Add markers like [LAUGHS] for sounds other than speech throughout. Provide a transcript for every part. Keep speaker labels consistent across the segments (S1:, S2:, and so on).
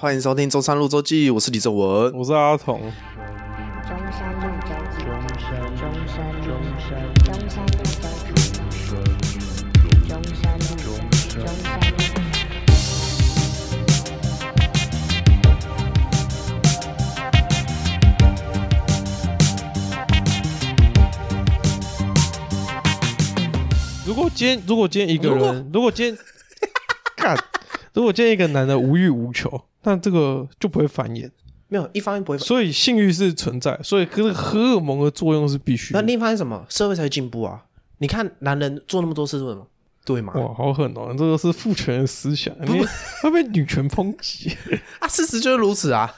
S1: 欢迎收听《中山路周记》，我是李正文。
S2: 我是阿童，
S3: 中山路周记，中山路，中山路周记，中山路，中山路。
S2: 如果今天如果今天一个人，如果今 [LAUGHS] 天干，如果今天一个男的无欲无求，那这个就不会繁衍，
S1: 没有，一方面不会，
S2: 所以性欲是存在，所以这个荷尔蒙的作用是必须
S1: 那
S2: 的。
S1: 另一方面是什么？社会才会进步啊！你看男人做那么多事是为什么？对嘛？
S2: 哇，好狠哦！这个是父权的思想，你会被女权抨击，
S1: 啊，事实就是如此啊！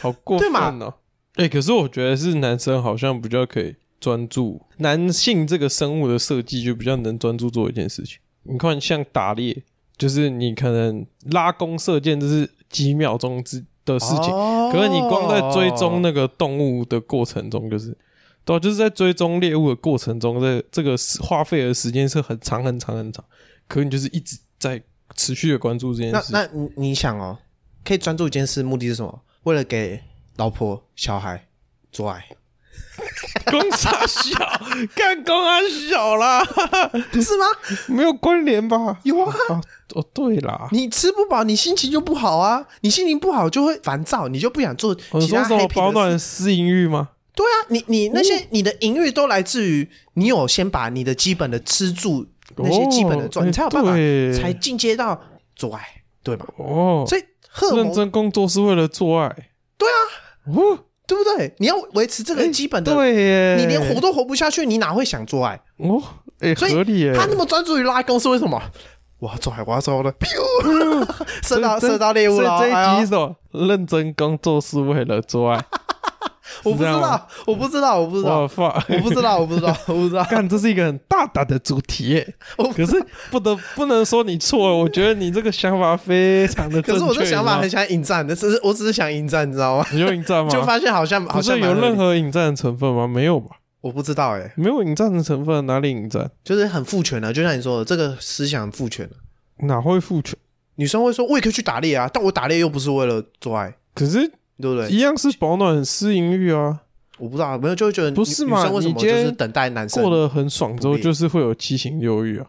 S2: 好过
S1: 对
S2: 分
S1: 嘛
S2: 哦！哎、可是我觉得是男生好像比较可以专注，男性这个生物的设计就比较能专注做一件事情。你看，像打猎，就是你可能拉弓射箭，这是几秒钟之的事情，
S1: 哦
S2: 可是你光在追踪那个动物的过程中，就是，对啊、就是在追踪猎物的过程中，这这个时花费的时间是很长很长很长，可你就是一直在持续的关注这件
S1: 那
S2: 事。
S1: 那你你想哦，可以专注一件事，目的是什么？为了给老婆、小孩做
S2: [LAUGHS]
S1: 爱，
S2: 公差小，干公安小啦，
S1: 不是吗？
S2: 没有关联吧？
S1: 有啊，
S2: 啊，哦，对啦，
S1: 你吃不饱，你心情就不好啊，你心情不好就会烦躁，你就不想做
S2: 我
S1: 其
S2: 说
S1: 他
S2: 什么
S1: happy
S2: 保
S1: 的事
S2: 暖私淫欲吗？
S1: 对啊，你你那
S2: 嗯
S1: 些你的盈余都来自于你有先把你的基本的吃住那些基本的赚，
S2: 哦
S1: 你才有办法
S2: 哎对
S1: 才进阶到做爱，对吧？
S2: 哦，
S1: 所以荷尔
S2: 认
S1: 蒙
S2: 真工作是为了做爱。对啊，哦，
S1: 对不对？你要维持这个基本的，
S2: 哎对耶，
S1: 你连活都活不下去，你哪会想做爱？
S2: 哦，哎、
S1: 所以
S2: 合理耶，
S1: 他那么专注于拉弓是为什么？我要做爱，我要做爱我的，
S2: [LAUGHS]
S1: 噗，射到
S2: 这
S1: 射到猎物
S2: 所以
S1: 了。
S2: 这一
S1: 哎
S2: 集
S1: 呦
S2: 是什么？认真工作是为了做爱。
S1: 我不知
S2: 是这样
S1: 道
S2: 吗，
S1: 我不知道，我不知道
S2: 我，发，
S1: 我不知道，我不知道，我不知道。
S2: [LAUGHS] 干，这是一个很大胆的主题耶。
S1: 我不
S2: 可是不得不能说你错了，我觉得你这个想法非常的正
S1: 可
S2: 确。
S1: 是我这想法
S2: 你
S1: 很
S2: 知
S1: 想引战，但只是我只是想引战，你知
S2: [LAUGHS]
S1: 道吗？
S2: 道吗，你有引战吗？
S1: 就发现好像好
S2: 不
S1: 像
S2: 是
S1: 蛮
S2: 有
S1: 合理
S2: 任何引战的成分吗？没有吧？
S1: 我不知道哎、
S2: 没有引战的成分，哪里引战？
S1: 就是很父权啊，就像你说的，这个思想很父权、啊、
S2: 哪会父权？
S1: 女生会说，我也可以去打猎啊，但我打猎又不是为了做爱，
S2: 可是，
S1: 对不对？
S2: 一样是保暖私淫欲啊，
S1: 我不知道，没有就会觉得
S2: 不是
S1: 女
S2: 嘛
S1: 女生为什么就
S2: 你今天
S1: 是等待男生
S2: 过得很爽之
S1: 不
S2: 后，
S1: 利
S2: 就是会有七情六欲啊，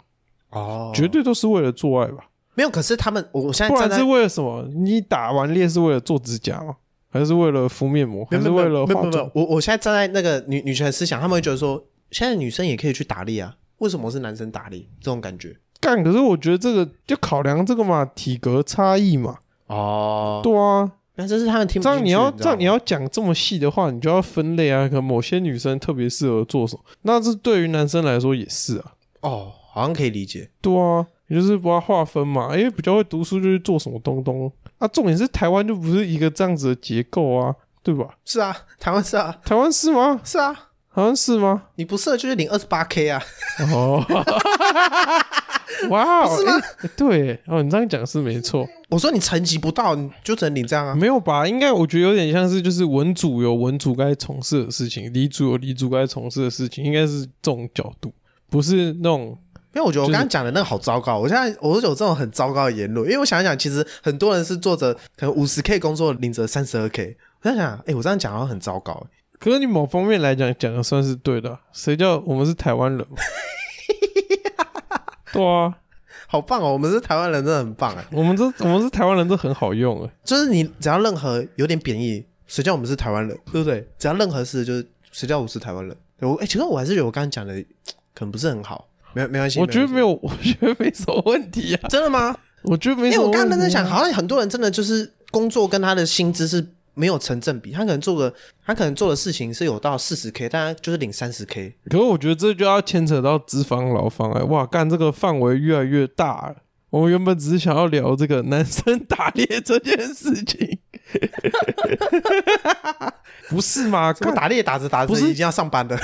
S1: 哦，
S2: 绝对都是为了做爱吧？
S1: 没有。可是他们，我我现在
S2: 不
S1: 站在
S2: 然是为了什么？你打完猎是为了做指甲吗？还是为了敷面膜？
S1: 没
S2: 还
S1: 有
S2: 是
S1: 没
S2: 为
S1: 有没
S2: 了
S1: 有没有
S2: 化
S1: 没有
S2: 妆？，
S1: 我我现在站在那个女女权思想，他们会觉得说，现在女生也可以去打猎啊，为什么是男生打猎？这种感觉
S2: 干，可是我觉得这个要考量这个嘛，体格差异嘛。
S1: 哦，
S2: 对啊，
S1: 那这是他们听不
S2: 这样
S1: 进
S2: 你
S1: 去
S2: 要
S1: 知
S2: 这
S1: 道
S2: 样你
S1: 吗
S2: 要讲这么细的话，你就要分类啊。可能某些女生特别适合做什么，那这对于男生来说也是啊。
S1: 哦，好像可以理解。
S2: 对啊，你就是把它划分嘛，因为比较会读书就是做什么东东啊。重点是台湾就不是一个这样子的结构啊，对吧？
S1: 是啊，台湾是啊，
S2: 台湾是吗？
S1: 是啊，
S2: 台湾是吗？
S1: 你不射就是领二十八 K 啊。
S2: 哦， [LAUGHS] 哇
S1: 不
S2: 哦，
S1: 是吗
S2: 欸对，哦，你这样讲是没错，
S1: 我说你层级不到，你就只能领这样啊。
S2: 没有吧？应该我觉得有点像是就是文主有文主该从事的事情，理主有理主该从事的事情，应该是这种角度，不是那种
S1: 因为我觉得我
S2: 就是
S1: 刚刚讲的那个好糟糕，我现在我是有这种很糟糕的言论，因为我想一想，其实很多人是做着可能五十 K 工作，领着三十二 K。我在想，哎、我这样讲好像很糟糕、欸
S2: 可是你某方面来讲讲的算是对的啊，谁叫我们是台湾人
S1: [LAUGHS]
S2: 嘛？对啊，
S1: 好棒哦！我们是台湾人，真的很棒哎、
S2: 我们这我们是台湾人，这很好用哎。
S1: 就是你只要任何有点贬义，谁叫我们是台湾人，对不对？只要任何事，就是谁叫我是台湾人。对我哎、其实我还是觉得我刚刚讲的可能不是很好，没没关系，
S2: 我觉得没
S1: 有
S2: 有， [LAUGHS] 我觉得没什么问题啊
S1: 关系，真的吗？
S2: 我觉得没
S1: 因
S2: 什
S1: 为我
S2: 么问题、
S1: 刚
S2: 啊。
S1: 刚在想，好像很多人真的就是工作跟他的薪资是没有成正比，他可能做个他可能做的事情是有到四十 k，但他就是领三十 k。
S2: 可是我觉得这就要牵扯到资方劳方哎、哇，干这个范围越来越大了。我们原本只是想要聊这个男生打猎这件事
S1: [LAUGHS]
S2: 情，不是吗？
S1: 怎么
S2: 干
S1: 打猎打着打着
S2: 不是
S1: 已经要上
S2: [LAUGHS]
S1: 班了？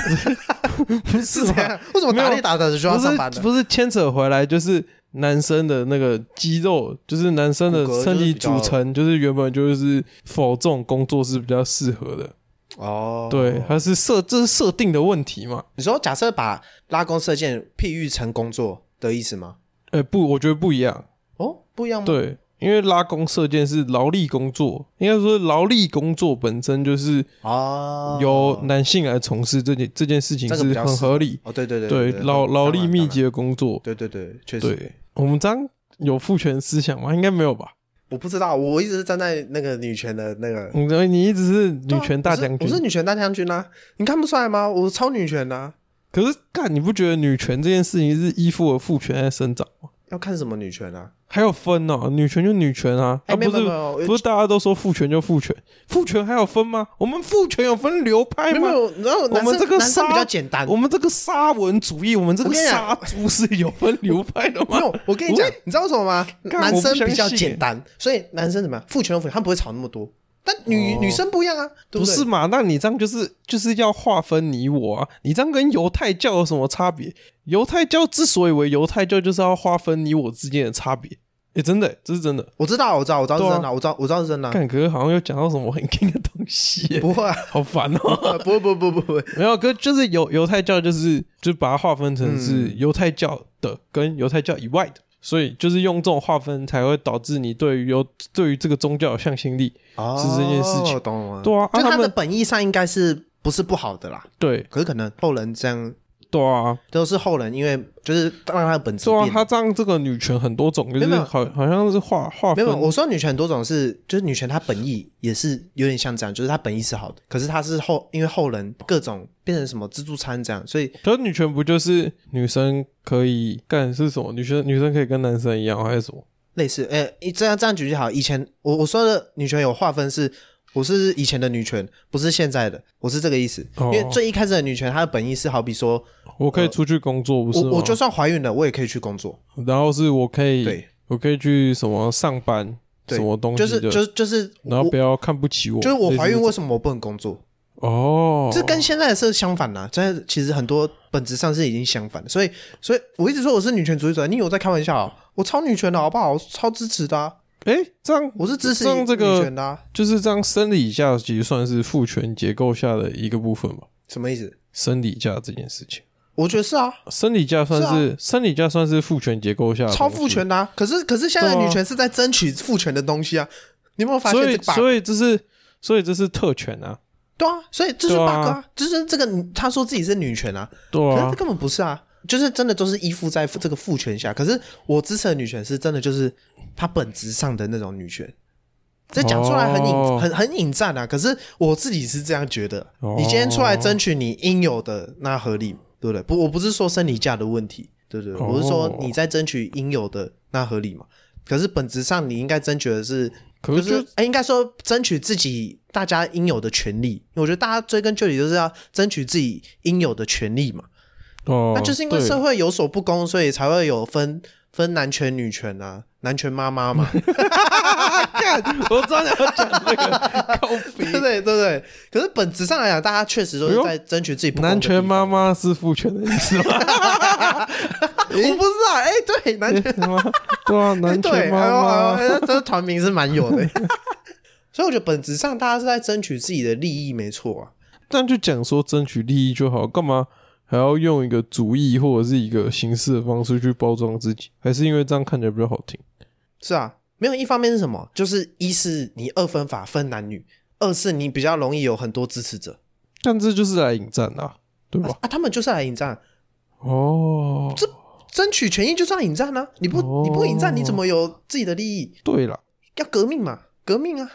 S2: 不
S1: 是
S2: 吗
S1: 这样？为什么打猎打着就要
S2: 不
S1: 上班
S2: 是
S1: 了？
S2: 不是牵扯回来，就是男生的那个肌肉，就是男生的
S1: 骨骼就是
S2: 身体
S1: 比较
S2: 组成，就是原本就是否这种工作是比较适合的。
S1: 哦，
S2: 对，还是设这是设定的问题嘛？
S1: 你说假设把拉弓射箭譬喻成工作的意思吗？
S2: 哎、不，我觉得不一样。
S1: 哦，不一样吗？
S2: 对，因为拉弓射箭是劳力工作，应该说劳力工作本身就是
S1: 哦，
S2: 由男性来从事这件这件事情
S1: 这个比
S2: 是
S1: 较
S2: 很
S1: 适
S2: 合理，
S1: 哦，对对对
S2: 对
S1: 对，
S2: 劳
S1: 当然
S2: 劳力密集，
S1: 当
S2: 的工作。
S1: 然对对对，确实，
S2: 对，我们这样有父权思想吗？应该没有吧？
S1: 我不知道，我一直是站在那个女权的那个
S2: 我们你一直是
S1: 对
S2: 女
S1: 啊
S2: 权大将
S1: 我
S2: 军
S1: 是，我是女权大将军啊，你看不出来吗？我超女权啊，
S2: 可是干你不觉得女权这件事情是依附了父权在生长吗？
S1: 要看什么女权啊？
S2: 还有分哦，女权就女权啊，
S1: 哎
S2: 啊
S1: 没有
S2: 不是
S1: 没有没有
S2: 不是大家都说父权就父权，父权还有分吗？我们父权有分流派
S1: 没
S2: 吗？
S1: 有，然后
S2: 哎我
S1: 男
S2: 们
S1: 生
S2: 这个
S1: 男生
S2: 沙
S1: 比较简单。
S2: 我们这个沙文主义，我们这个
S1: 我跟你
S2: 沙
S1: 讲
S2: 猪是有分流派的
S1: 没
S2: 吗？
S1: 有，我跟你讲
S2: 我，
S1: 你知道为什么吗？
S2: 干
S1: 男
S2: 我不
S1: 生
S2: 相
S1: 比较
S2: 信耶
S1: 简单，所以男生怎么样？父权有父权，他们不会吵那么多。但女、
S2: 哦
S1: 女生不一样啊，对
S2: 不
S1: 对
S2: 是？嘛？那你这样就是就是要划分你我啊！你这样跟犹太教有什么差别？犹太教之所以为犹太教，就是要划分你我之间的差别。诶，真的、这是真的。
S1: 我知道，我知道，我知道是
S2: 对啊
S1: 真的，我知道，我知道是真的啊。
S2: 干可是好像又讲到什么很 king 的东西耶、
S1: 不会啊， [LAUGHS]
S2: 好烦哦、
S1: 不不不不不，
S2: 没有，哥就是犹犹太教，就是就把它划分成
S1: 嗯
S2: 是犹太教的跟犹太教以外的，所以就是用这种划分才会导致你对于犹对于这个宗教有向心力。
S1: 哦
S2: 是这件事情
S1: 懂了。
S2: 对啊，
S1: 就
S2: 啊、
S1: 他
S2: 他
S1: 的
S2: 们
S1: 本意上应该是不是不好的啦，
S2: 对
S1: 可是可能后人这样
S2: 对啊，
S1: 都是后人，因为就是让他的本质
S2: 对
S1: 变
S2: 啊
S1: 了，。
S2: 他这样这个女权很多种，
S1: 没
S2: 就
S1: 有
S2: 是
S1: 没有
S2: 好好像是划划
S1: 没
S2: 哦分
S1: 有，我说女权很多种是，就是女权她本意也是有点像这样，就是她本意是好的，可是她是后因为后人各种变成什么自助餐这样，所以
S2: 可是女权不就是女生可以干是什么？女生女生可以跟男生一样还是什么？
S1: 类似，呃，一这样这样举例好。以前我我说的女权有划分是，我是以前的女权，不是现在的，我是这个意思。因
S2: 哦
S1: 为最一开始的女权，她的本意是好比说
S2: 我可以出去工作，不是
S1: 呃我
S2: 吗？
S1: 我就算怀孕了，我也可以去工作，
S2: 然后是我可以
S1: 对
S2: 我可以去什么上班
S1: 对
S2: 什么东西
S1: 就
S2: 的，
S1: 是就是就是
S2: 然后
S1: 我
S2: 不要看不起我，
S1: 就是我
S2: 类似
S1: 怀孕
S2: 这
S1: 为
S2: 种
S1: 什么我不能工作？
S2: 哦，
S1: 这跟现在的是相反啦、现在其实很多本质上是已经相反的，所以，所以我一直说我是女权主义者，你以为我在开玩笑啊、我超女权的好不好？我超支持的、啊，
S2: 哎这样
S1: 我是支持
S2: 这样这个
S1: 女权的、啊，
S2: 就是这样生理价其实算是父权结构下的一个部分吧。
S1: 什么意思？
S2: 生理价这件事情，
S1: 我觉得是啊，
S2: 生理价算是生理价算是父权结构下的
S1: 超
S2: 东
S1: 父
S2: 西
S1: 权的、啊。可是，可是现在的
S2: 对啊
S1: 女权是在争取父权的东西啊，你有没有发现
S2: 所以
S1: 这把？
S2: 所以这是所以这是特权啊，
S1: 对啊，所以这是
S2: 对
S1: bug
S2: 啊
S1: 啊，就是这个他说自己是女权啊，
S2: 对
S1: 可是
S2: 啊
S1: 这，根本不是啊，就是真的都是依附在这个父权下。可是我支持的女权是真的，就是她本质上的那种女权。这讲出来很引、
S2: 哦
S1: 很很引战啊，可是我自己是这样觉得。
S2: 哦
S1: 你今天出来争取你应有的，那合理，对不对？不，我不是说生理价的问题，对不对？
S2: 哦
S1: 我是说你在争取应有的，那合理嘛？可是本质上你应该争取的是，
S2: 可
S1: 就是是哎，应该说争取自己大家应有的权利。因为我觉得大家追根究底就是要争取自己应有的权利嘛。
S2: 哦，
S1: 那就是因为
S2: 对 [LAUGHS]
S1: 社会有所不公，所以才会有分分男权、女权啊，男权妈妈
S2: [LAUGHS]
S1: 嘛，
S2: 我知道你要讲这 [LAUGHS] 个靠
S1: 对
S2: 背
S1: 不对？对不对？可是本质上来讲，大家确实都
S2: 哎
S1: 是
S2: 呦
S1: 在争取自己不公的
S2: 男权
S1: 地
S2: 妈
S1: 方？
S2: 妈是父权的意思吗？
S1: [LAUGHS] 我不知道，哎，对， [LAUGHS] 男权，
S2: 对啊，
S1: 哎
S2: 男
S1: 对，
S2: 权
S1: 哎呦
S2: 妈妈
S1: 哎呦，哎这团名是蛮有的。 [LAUGHS] 所以我觉得本质上大家是在争取自己的利益，没错啊。
S2: 但就讲说争取利益就好，干嘛还要用一个主义或者是一个形式的方式去包装自己？还是因为这样看起来比较好听？
S1: 是啊，没有一方面是什么？就是一是你二分法分男女，二是你比较容易有很多支持者
S2: 但这就是来引战啊，对吧？
S1: 啊，他们就是来引战，
S2: 哦，
S1: 这争取权益就是要引战啊！你不、
S2: 哦
S1: 你不引战，你怎么有自己的利益？
S2: 对了，
S1: 要革命嘛，革命啊！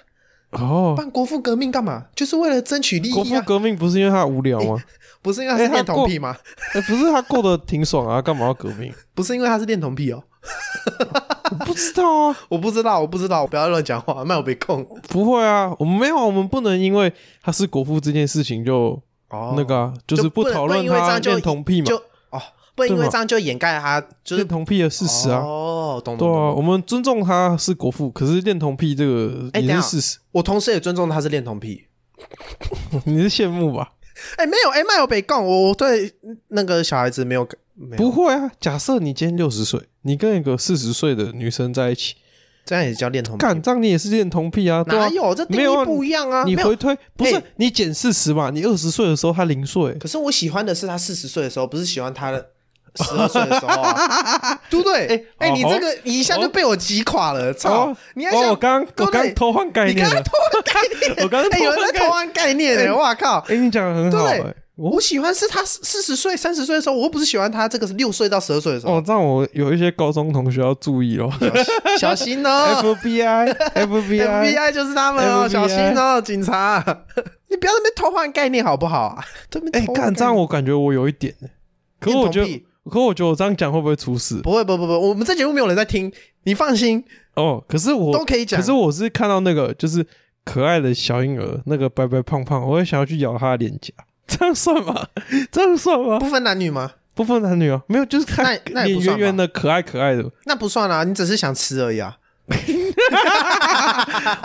S2: 哦，
S1: 办国父革命干嘛？就是为了争取利
S2: 国
S1: 益
S2: 父
S1: 啊！
S2: 革命不是因为他无聊吗？
S1: 不是因为他
S2: 哎
S1: 是
S2: 他
S1: 恋
S2: 过
S1: 童癖吗？
S2: 哎、不是他过得挺爽啊，干嘛要革命？
S1: 不是因为他是恋童癖哦！
S2: 我不知道啊，
S1: 我不知道，我不知道，不要乱讲话，那我被控
S2: 不会啊，我们没有啊，我们不能因为他是国父这件事情就、
S1: 哦
S2: 那个、啊，就是
S1: 不能
S2: 讨论
S1: 不能因为这
S2: 他
S1: 样就
S2: 恋童癖嘛，
S1: 就哦，不能因
S2: 对
S1: 为
S2: 嘛
S1: 这样就掩盖他就是
S2: 恋童癖的事实啊。
S1: 哦，懂
S2: 对
S1: 懂
S2: 啊，
S1: 懂。
S2: 我们尊重他是国父，可是恋童癖这个
S1: 哎
S2: 也
S1: 等一下
S2: 是事实。 [LAUGHS]
S1: 我同时也尊重他是恋童癖。
S2: 你是羡慕吧？
S1: 哎，没有，哎，麦有被控，我我对那个小孩子没有感，没有
S2: 不会啊，假设你今天六十岁，你跟一个四十岁的女生在一起，
S1: 这样也叫恋童癖？
S2: 干这样你也是恋童癖啊，对
S1: 嗯哪
S2: 啊。
S1: 有？这定
S2: 没有啊
S1: 义不一样啊！
S2: 你
S1: 没有
S2: 回推不是
S1: 哎
S2: 你减四十嘛？你二十岁的时候他零岁，
S1: 可是我喜欢的是他四十岁的时候，不是喜欢他的十二岁的时候、啊， [LAUGHS] 对不对？哎、
S2: 哎
S1: 你
S2: 哦
S1: 这个你一下就被我击垮了，操、
S2: 哦
S1: 你还
S2: 哦
S1: 想，
S2: 我刚
S1: 对
S2: 我
S1: 不对
S2: 刚偷换概
S1: 你
S2: 念
S1: 刚刚
S2: 了。
S1: 偷换概念，
S2: [LAUGHS] 我刚刚
S1: 哎、
S2: 偷
S1: 有
S2: 换
S1: 人在
S2: 概念
S1: 偷换概念呢、
S2: 哎
S1: 哇靠！
S2: 哎，你讲的很好
S1: 对
S2: 哎，我
S1: 我喜欢是他四十岁、三十岁的时候，我又不是喜欢他这个是六岁到十二岁的时候，
S2: 哦， [LAUGHS] 这样我有一些高中同学要注意哦。
S1: 小心哦、
S2: FBI FBI，
S1: FBI 就是他们哦，
S2: FBI
S1: 小心哦，警察！你不要在那边偷换概念好不好啊？这边
S2: 哎，
S1: 偷换
S2: 干这样
S1: 概念
S2: 我感觉我有一点欸，可是我觉
S1: 硬捅
S2: 得，可我觉得我这样讲会不会出事？
S1: 不会，不不不，我们这节目没有人在听，你放心，
S2: 哦，可是我
S1: 都可以讲
S2: 可是我是看到那个就是可爱的小婴儿，那个白白胖胖，我会想要去咬他的脸颊， [LAUGHS] 这样算吗？这样算吗？
S1: 不分男女吗？
S2: 不分男女啊，没有，就是看
S1: 那那也
S2: 脸
S1: 不算吧
S2: 圆圆的，可爱可爱的。
S1: 那不算啊，你只是想吃而已啊。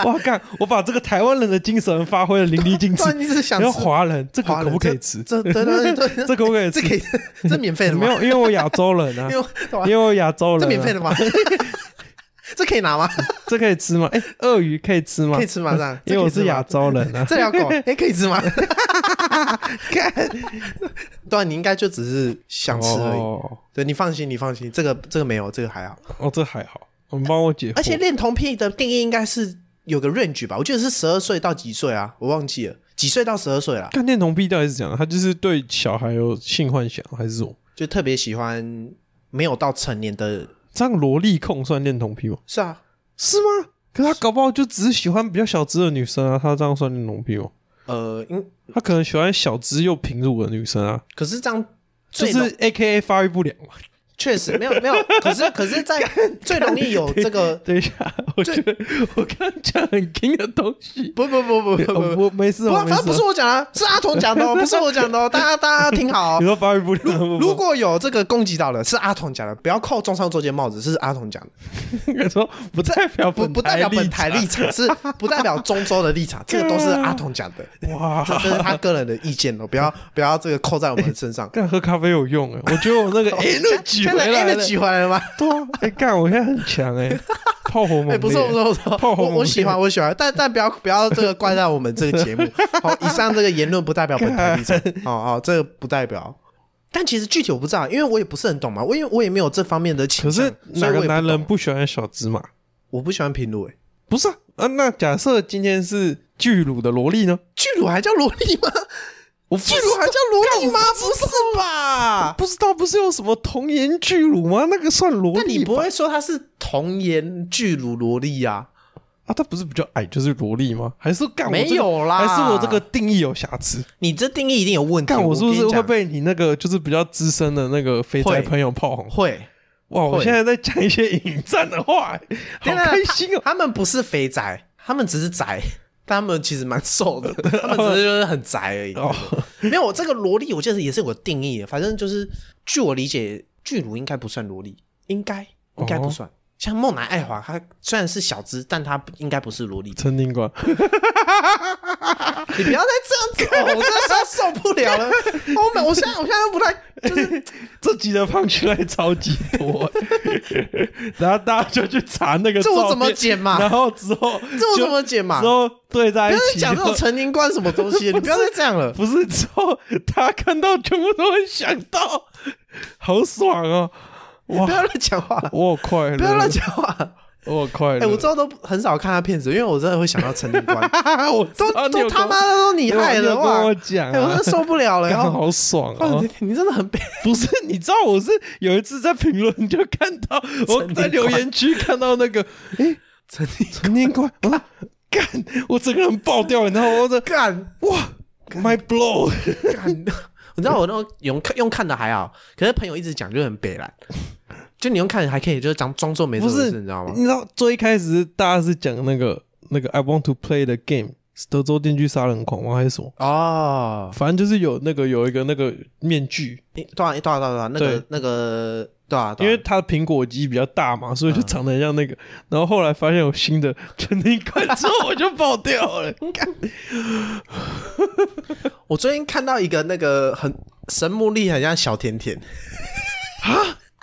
S2: 哇，干！我把这个台湾人的精神发挥的淋漓尽
S1: [LAUGHS]
S2: 致
S1: 不。啊然你只是想
S2: 你要
S1: 吃。
S2: 华人，这个
S1: 华人
S2: 可不可以吃？
S1: 这对对对对，
S2: [LAUGHS] 这可不可
S1: [LAUGHS]
S2: 以
S1: 这
S2: 吃
S1: 可以，这免费的吗？
S2: 没有，因为我亚洲人啊
S1: [LAUGHS] 因，为，
S2: 因为我亚洲人、啊，
S1: 这免费的
S2: [LAUGHS]
S1: 吗？ [LAUGHS] 这可以拿吗？
S2: 这可以吃吗？哎、鳄鱼可以吃吗？
S1: 可以吃吗？这样，
S2: [LAUGHS] 因为我是亚洲人啊。
S1: [LAUGHS] 这条
S2: [LAUGHS]
S1: 狗，哎，可以吃吗？ [LAUGHS] 看，对啊，你应该就只是想吃而已。
S2: 哦，
S1: 对你放心，你放心，这个这个没有，这个还好。
S2: 哦，这还好，我们帮我解惑。
S1: 而且恋童癖的定义应该是有个 range 吧？我记得是十二岁到几岁啊？我忘记了，几岁到十二岁啦？
S2: 干恋童癖到底是怎样？他就是对小孩有性幻想，还是什么？
S1: 就特别喜欢没有到成年的，
S2: 这样萝莉控算恋童癖吗？
S1: 是啊，
S2: 是吗？可是他搞不好就只是喜欢比较小资的女生啊，他这样算恋童癖吗？
S1: 呃，因
S2: 他可能喜欢小资又平乳的女生啊，
S1: 可是这样
S2: 就
S1: 最容。
S2: 是 A K A 发育不良嘛。
S1: 确实没
S2: [LAUGHS]
S1: 有没有，可是可是在最容易有这个，
S2: 等一下，我觉得我刚刚讲很硬的东西，
S1: [LAUGHS] 不不不不不不
S2: 哦
S1: 不，
S2: 不，没事
S1: 不，啊
S2: 哦，
S1: 反
S2: 没
S1: 正
S2: 事
S1: 不是
S2: 哦。
S1: 我讲的，是阿童讲
S2: [LAUGHS]
S1: 的，哦，不是我讲的，哦，大家大家听好
S2: 你
S1: 哦。
S2: 说发育不良， [LAUGHS] 不
S1: 如果有这个攻击到的，是阿童讲的，不要扣中上作界帽子，是阿童讲的，
S2: 应该 [LAUGHS] 说不代表
S1: 不不代表本台立
S2: 立
S1: 场，是不代表中州的立
S2: [LAUGHS]
S1: 场，这个都是阿童讲的，
S2: 场。哇，
S1: 这这是他个人的意见哦，不要不要这个扣在我们身
S2: [LAUGHS]
S1: 上。
S2: 干喝咖啡有用哎，我觉得我
S1: [LAUGHS]
S2: 那个
S1: 哦
S2: energy
S1: 现
S2: 回
S1: 在
S2: 来了，
S1: energy 回来了吗？
S2: 对啊，哎干，我现在很
S1: [LAUGHS]
S2: 强哎，炮火猛
S1: 哎、
S2: 烈，
S1: 不错不错不错，
S2: 炮火
S1: 我
S2: 猛
S1: 我
S2: 烈
S1: 喜欢我喜欢，但但不要不要这个怪在我们这个
S2: [LAUGHS]
S1: 节目。好，以上这个言论不代表本台立场。好好，这个不代表。但其实具体我不知道，因为我也不是很懂嘛，我因为我也没有这方面的
S2: 可
S1: 倾向。
S2: 是哪
S1: 所以我
S2: 个
S1: 也不
S2: 男人
S1: 懂
S2: 不喜欢小芝麻？
S1: 我不喜欢平鲁、欸，
S2: 不是啊，啊那假设今天是巨乳的萝莉呢？
S1: 巨乳还叫萝莉
S2: [LAUGHS]
S1: 吗？
S2: 我
S1: 巨乳还叫萝莉吗？不是吧？
S2: 不知道，不是有什么童颜巨乳吗？那个算萝
S1: [LAUGHS] 那你
S2: 莉吧
S1: 不会说她是童颜巨乳萝莉啊？
S2: 啊？她不是比较矮就是萝莉吗？还是干我
S1: 没
S2: 这个
S1: 有啦
S2: 还是我这个定义有瑕疵？
S1: 你这定义一定有问题。
S2: 干我是不
S1: 跟
S2: 是
S1: 你
S2: 会
S1: 讲
S2: 被你那个就是比较资深的那个肥宅
S1: 会
S2: 朋友炮轰？
S1: 会？
S2: 哇，我
S1: 会
S2: 现在在讲一些引战的话、欸好
S1: [LAUGHS] 天哪
S2: 开心哦、
S1: 他们不是肥宅，他们只是宅，但他们其实蛮瘦
S2: [LAUGHS]
S1: 的，他们只是就是很宅而已。
S2: 哦，
S1: 没有，我这个萝莉我记得也是有个定义的，反正就是据我理解，巨乳应该不算萝莉，应该
S2: 哦
S1: 应该不算。像梦乃爱华，她虽然是小资，但她不应该不是萝
S2: [LAUGHS]
S1: 莉。
S2: 陈警官，
S1: 你不要再这样 [LAUGHS] 子，哦、我真的是要受不了
S2: [LAUGHS]
S1: 了。我们我现在我现在都不太就是
S2: 这集的胖起来超级多 [LAUGHS] 欸、然后大家就去查那个
S1: 这我怎么
S2: 照片
S1: 剪嘛
S2: 然后之后
S1: 这我
S2: 就
S1: 怎么解嘛
S2: [LAUGHS] 之？后对在
S1: 不
S2: 一
S1: 要再
S2: 起
S1: 讲这种
S2: 就
S1: 陈年观什么东西，你不要再这样了。
S2: 不是之后他看到全部都会想到，好爽哦、
S1: 不
S2: [LAUGHS] 哇，
S1: 要乱讲话，
S2: 我好快乐，
S1: 不要乱，讲话。
S2: 我好快乐，
S1: 哎、我之后都很少看他片子，因为我真的会想到陈年
S2: [LAUGHS]
S1: 观，
S2: 啊，我知
S1: 都
S2: 道你有
S1: 都他
S2: 跟我啊
S1: 妈的都你害
S2: 你有
S1: 的
S2: 跟
S1: 哇！
S2: 我讲
S1: 哎、
S2: 啊
S1: 我真的受不了了。
S2: 干
S1: 然后，
S2: 好爽啊、
S1: 哇你你真的很
S2: [LAUGHS]
S1: 悲，
S2: 不是，你知道我是有一次在评论就看到，我在留言区看到那个，哎，
S1: 陈年
S2: 陈念官，我说干，我整个人爆掉，你知道吗？我说
S1: 干
S2: 哇，my blow，
S1: 干，你知道我那种用看用看的还好，可是朋友一直讲就很北蓝，就你用看还可以，就是装装作没这
S2: 不
S1: 回事，
S2: 是，
S1: 你知道吗？
S2: 你知道最一开始大家是讲那个那个 I want to play the game，是德州电锯杀人狂吗？还是什么？
S1: 哦，
S2: 反正就是有那个有一个那个面具，
S1: 你对啊，对啊，对啊，对啊那个
S2: 对
S1: 那个对啊，对
S2: 因
S1: 啊
S2: 为它苹果肌比较大嘛，所以就长得很像那个。然后后来发现有新的陈念官之后，我就爆掉
S1: [LAUGHS]
S2: 了。
S1: 我最近看到一个那个很神木力很像小甜甜，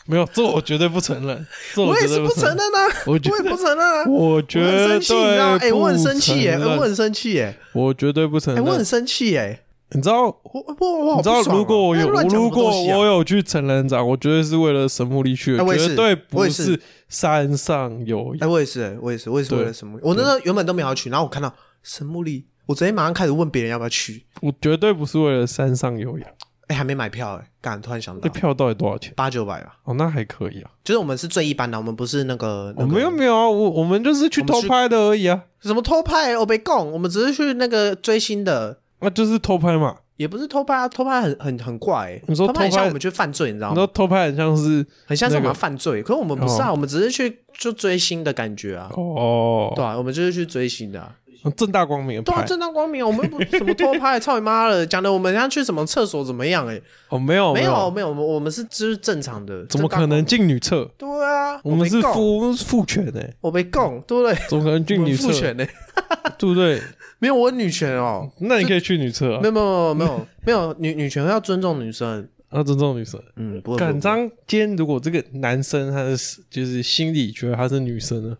S2: 没有，这我绝对不承认，这
S1: 我也
S2: 绝
S1: 是
S2: 对
S1: 不承
S2: 承
S1: 认。啊，我
S2: 我觉
S1: 也
S2: 得
S1: 不承认啊。
S2: 我绝
S1: 我很生
S2: 对
S1: 气，你知道？哎、
S2: 不
S1: 我很生气耶、哎
S2: 承认
S1: 我很生气耶、
S2: 我绝对不承
S1: 哎、
S2: 认。
S1: 我很生气耶、
S2: 你知道
S1: 我我我好不
S2: 你知道，
S1: 爽啊
S2: 如果我有、
S1: 那乱讲
S2: 如
S1: 什么
S2: 果
S1: 东西啊
S2: 我有去成人展，我绝对是为了神木力去的，
S1: 哎我也
S2: 绝
S1: 是
S2: 对
S1: 我
S2: 不
S1: 也是
S2: 是山上有
S1: 哎，我也是、哎我也是，我也是
S2: 对
S1: 为了神木，我那时候原本都没有要去，然后我看到神木里，我直接马上开始问别人要不要去。
S2: 我绝对不是为了山上有氧。
S1: 哎、还没买票哎、干，突然想
S2: 这
S1: 到
S2: 票到底多少钱？
S1: 八九百吧，
S2: 哦，那还可以啊。
S1: 就是我们是最一般的，我们不是那个，那
S2: 我
S1: 个、
S2: 们又没有啊，我我们就是去
S1: 我们
S2: 偷
S1: 是
S2: 拍的而已啊，
S1: 什么偷拍，我被供，我们只是去那个追星的，
S2: 那就是偷拍嘛。
S1: 也不是偷拍啊，偷拍很很很怪、欸，
S2: 你说
S1: 偷拍很
S2: 偷拍
S1: 像我们去犯罪，你知道
S2: 你说
S1: 吗？
S2: 偷拍很像是
S1: 很像是我们
S2: 那
S1: 要
S2: 个
S1: 犯罪，可是我们不是啊，
S2: 哦
S1: 我们只是去就追星的感觉啊，对
S2: 哦，
S1: 啊，我们就是去追星的、啊，
S2: 正大光明的
S1: 对啊，
S2: 拍
S1: 正当光明，我们又不什么偷拍，操你妈
S2: [LAUGHS]
S1: 的，讲的我们要去什么厕所怎么样、欸？
S2: 哦，没有
S1: 哎，没有
S2: 有，
S1: 没有，我们我们是就是正常的，
S2: 怎么
S1: 正当
S2: 可能进女厕？
S1: 光明？对啊，
S2: 我们是
S1: 被供，
S2: 父我们是父权哎，
S1: 我被供，对不对？
S2: 怎么可
S1: 我
S2: 能进
S1: 们
S2: 女
S1: 父
S2: 厕？
S1: 权呢、欸？
S2: 对不 [LAUGHS] 对？
S1: 没有我女权哦、
S2: 那你可以去女厕啊
S1: 没，有没有没有没有没有女女权要尊重女生，
S2: 要尊重女生。
S1: 嗯，不会
S2: 敢
S1: 不会
S2: 当今天如果这个男生他是就是心里觉得他是女生呢，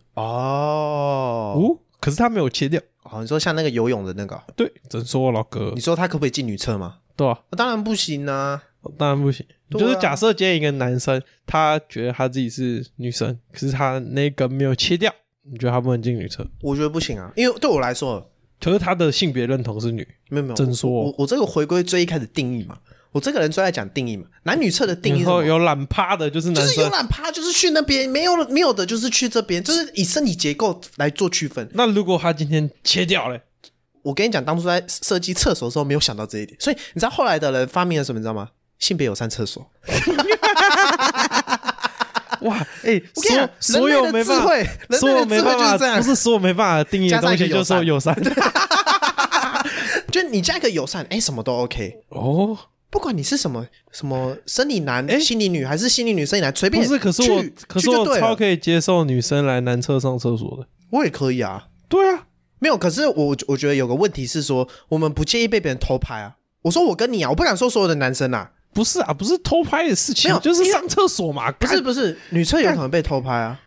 S1: 哦
S2: 哦，可是他没有切掉，
S1: 哦，你说像那个游泳的那个哦，
S2: 对，只能说我老哥
S1: 你，说他可不可以进女厕吗？
S2: 对吧、
S1: 当然不行啊，
S2: 哦当然不行。
S1: 对啊
S2: 就是假设今天一个男生，他觉得他自己是女生，可是他那根没有切掉，你觉得他不能进女厕？
S1: 我觉得不行啊，因为对我来说，
S2: 可是他的性别认同是女，
S1: 没有没有，
S2: 真说
S1: 我我我这个回归最一开始定义嘛，我这个人最爱讲定义嘛，男女厕的定义是
S2: 然
S1: 什
S2: 后
S1: 么？
S2: 有懒趴的，就是
S1: 就
S2: 男
S1: 是有
S2: 生。
S1: 懒趴，就是去那边，没有没有的，就是去这边，就是以身体结构来做区分。
S2: 那如果他今天切掉嘞，
S1: 我跟你讲，当初在设计厕所的时候没有想到这一点，所以你知道后来的人发明了什么，你知道吗？性别友善厕所。
S2: 哇，哎、
S1: 我跟你讲
S2: 所所有
S1: 人
S2: 没
S1: 类的
S2: 办
S1: 智慧
S2: 法，所有
S1: 人类
S2: 没
S1: 的智慧
S2: 办
S1: 就是这
S2: 法，
S1: 样
S2: 不是所有没办法定义的
S1: 加上
S2: 东
S1: 一个
S2: 西，就
S1: 友
S2: 说
S1: 善
S2: 友善。
S1: 就你加一个友善，哎、什么都 OK，
S2: [LAUGHS] 哦，
S1: 不管你是什么什么生理男、
S2: 哎
S1: 心理女，还是心理女、生理男，随
S2: 不
S1: 便。
S2: 是，可是我
S1: 去，
S2: 可
S1: 去
S2: 是
S1: 就
S2: 我
S1: 对
S2: 超
S1: 了，
S2: 可以接受女生来男厕上厕所的。
S1: 我也可以啊。
S2: 对啊，
S1: 没有，可是我我觉得有个问题是说，我们不介意被别人偷拍啊。我说我跟你啊，我不敢说所有的男生啊，
S2: 不是啊，不是偷拍的事
S1: 没
S2: 情，
S1: 有
S2: 就是
S1: 因为
S2: 上厕所嘛。
S1: 不是
S2: 干
S1: 不是，女厕有可能被偷拍啊。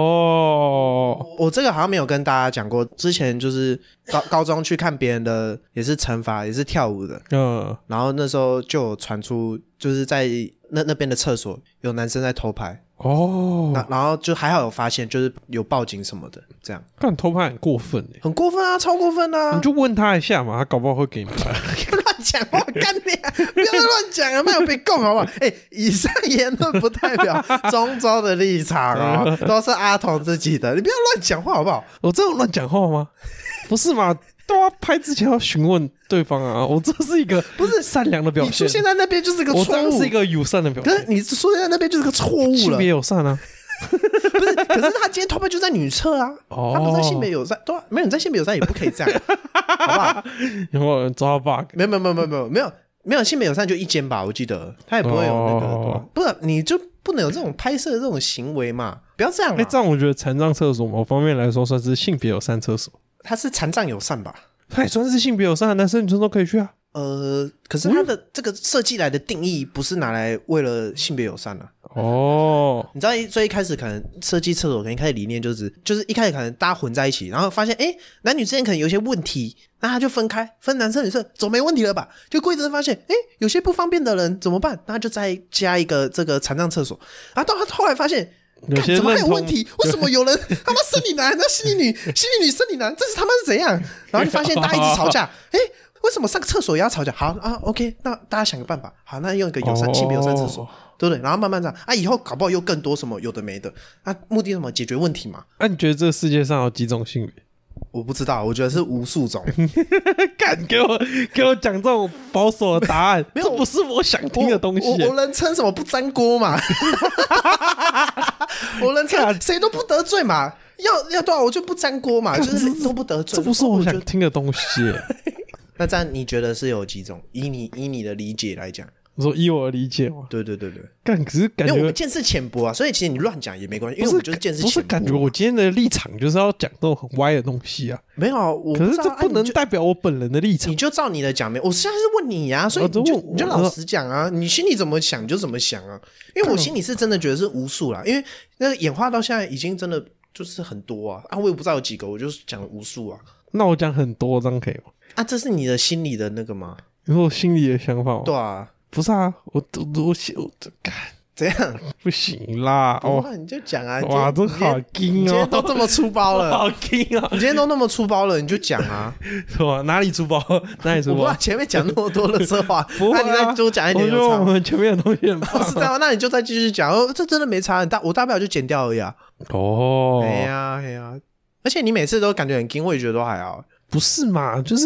S2: 哦，
S1: 我这个好像没有跟大家讲过，之前就是高 [LAUGHS] 高中去看别人的，也是惩罚，也是跳舞的，
S2: 嗯，
S1: 然后那时候就有传出，就是在那那边的厕所有男生在偷拍，那、
S2: 哦，
S1: 然后就还好有发现，就是有报警什么的，这样
S2: 干偷拍很过分哎，
S1: 很过分啊，超过分啊！
S2: 你就问他一下嘛，他搞不好会给你拍。
S1: 乱讲话，干你、啊！不要再乱讲了，没有被供好
S2: [LAUGHS]
S1: 不好？哎、以上言论不代表中州的立场
S2: [LAUGHS]
S1: 哦，都是阿童自己的，你不要乱讲话好不好？
S2: 我这样乱讲话吗？不是嘛，都要拍之前要询问对方啊。我这是一个不是善良的表
S1: 你出
S2: 现，
S1: 现在那边就是个
S2: 我这
S1: 错
S2: 样
S1: 误，
S2: 是一个友善的表
S1: 可是
S2: 现，
S1: 你出现在那边就是个错误
S2: 性
S1: 了
S2: 别。友善
S1: [LAUGHS]
S2: 啊。
S1: 可是他今天偷拍就在女厕啊，
S2: [LAUGHS] 哦
S1: 他不在性别友善，对啊、没有你在性别友善也不可以这
S2: [LAUGHS]
S1: 样，好不好？
S2: 有没有人抓到 bug？
S1: 没有没有没有没有没有没有没有性别友善就一间吧，我记得他也不会有那个，
S2: 哦
S1: 对吧不是你就不能有这种拍摄的这种行为嘛，不要这样
S2: 哎、
S1: 嘛。
S2: 这样我觉得残障厕所某方面来说算是性别友善厕所，
S1: 他是残障友善吧？
S2: 它也算是性别友善，男生女生都可以去啊。
S1: 呃，可是他的这个设计来的定义不是拿来为了性别友善的、啊
S2: 哦，
S1: 你知道一最一开始可能设计厕所，可能一开始理念就是就是一开始可能大家混在一起，然后发现哎、诶男女之间可能有一些问题，那他就分开分男生女生，总没问题了吧？就过一阵发现哎、诶有些不方便的人怎么办？那就再加一个这个残障厕所，然后到他后来发现。
S2: 有
S1: 干
S2: 些
S1: 怎么还有
S2: 认同
S1: 问题？为什么有
S2: [LAUGHS]
S1: 人他妈生理男，那心理女，心理女生理男，这是他妈是怎样？然后就发现大家一直
S2: [LAUGHS]
S1: 吵架，哎、为什么上个厕所也要吵架？好啊，OK，那大家想个办法，好，那用一个友善、性别友善厕所，
S2: 哦
S1: 对不对？然后慢慢这样啊，以后搞不好又更多什么有的没的，那、目的是什么？解决问题嘛？
S2: 那、啊你觉得这个世界上有几种性别？ [LAUGHS]
S1: 我不知道，我觉得是无数种。
S2: 敢给我给我讲这种保守的答案，
S1: 没有
S2: 这不是我想 [LAUGHS] 听的东西
S1: 我
S2: 耶、
S1: 我我人称什么不粘锅
S2: [LAUGHS]
S1: 嘛？我人称谁都不得罪嘛，要要多少我就不粘锅嘛，就是都不得罪。
S2: 这不是我
S1: 觉
S2: 想
S1: 得。
S2: 听的东西耶、
S1: 那这样你觉得是有几种？以你以你的理解来讲，
S2: 我说依我的理解嘛，
S1: 对对对对，
S2: 干可是感
S1: 因为我
S2: 觉
S1: 们见识浅薄啊，所以其实你乱讲也没关系，因
S2: 不
S1: 为我们
S2: 是
S1: 就是见识
S2: 不是
S1: 浅薄。
S2: 感觉我今天的立场就是要讲这种很歪的东西啊，
S1: 没有啊，我
S2: 可是
S1: 知道
S2: 这
S1: 啊
S2: 不能
S1: 你就
S2: 代表我本人的立场
S1: 你。就照你的讲没？我现在是问你呀、所以
S2: 我
S1: 你就
S2: 我
S1: 你就老实讲啊，你心里怎么想就怎么想啊。因为我心里是真的觉得是无数啦，因为那个演化到现在已经真的就是很多啊啊，我也不知道有几个，我就是讲了无数啊
S2: 那我讲很多，这样可以吗？
S1: 啊，这是你的心里的那个吗？
S2: 你说我心里的想法吗？
S1: 对，啊，
S2: 不是啊，我我我我我这干
S1: 怎样？
S2: 不行啦，
S1: 不
S2: 哦，
S1: 会你就讲啊，
S2: 哇，
S1: 你今
S2: 这
S1: 天
S2: 好
S1: 你今天你今
S2: 硬
S1: 天都
S2: 哦，
S1: 这么粗包了，
S2: [LAUGHS] 好硬啊，
S1: 你今天都那么粗包了，你就讲啊！
S2: [LAUGHS] 什么哪里 [LAUGHS] 粗暴，哪里
S1: 我
S2: 粗
S1: 不知
S2: 暴
S1: 道？前面讲那么多的色话，
S2: [LAUGHS] 不会
S1: 那
S2: 啊
S1: 你再多讲一
S2: 我
S1: 点
S2: 觉得
S1: 有
S2: 我
S1: 差吗。
S2: 们前面的东西
S1: [LAUGHS]
S2: 很棒啊
S1: 不是这样吗，那你就再继续讲。哦，这真的没差，你大我大不了就剪掉而已啊。
S2: 哦
S1: 哎呀哎呀，而且你每次都感觉很惊，我也觉得都还好。
S2: 不是嘛，就是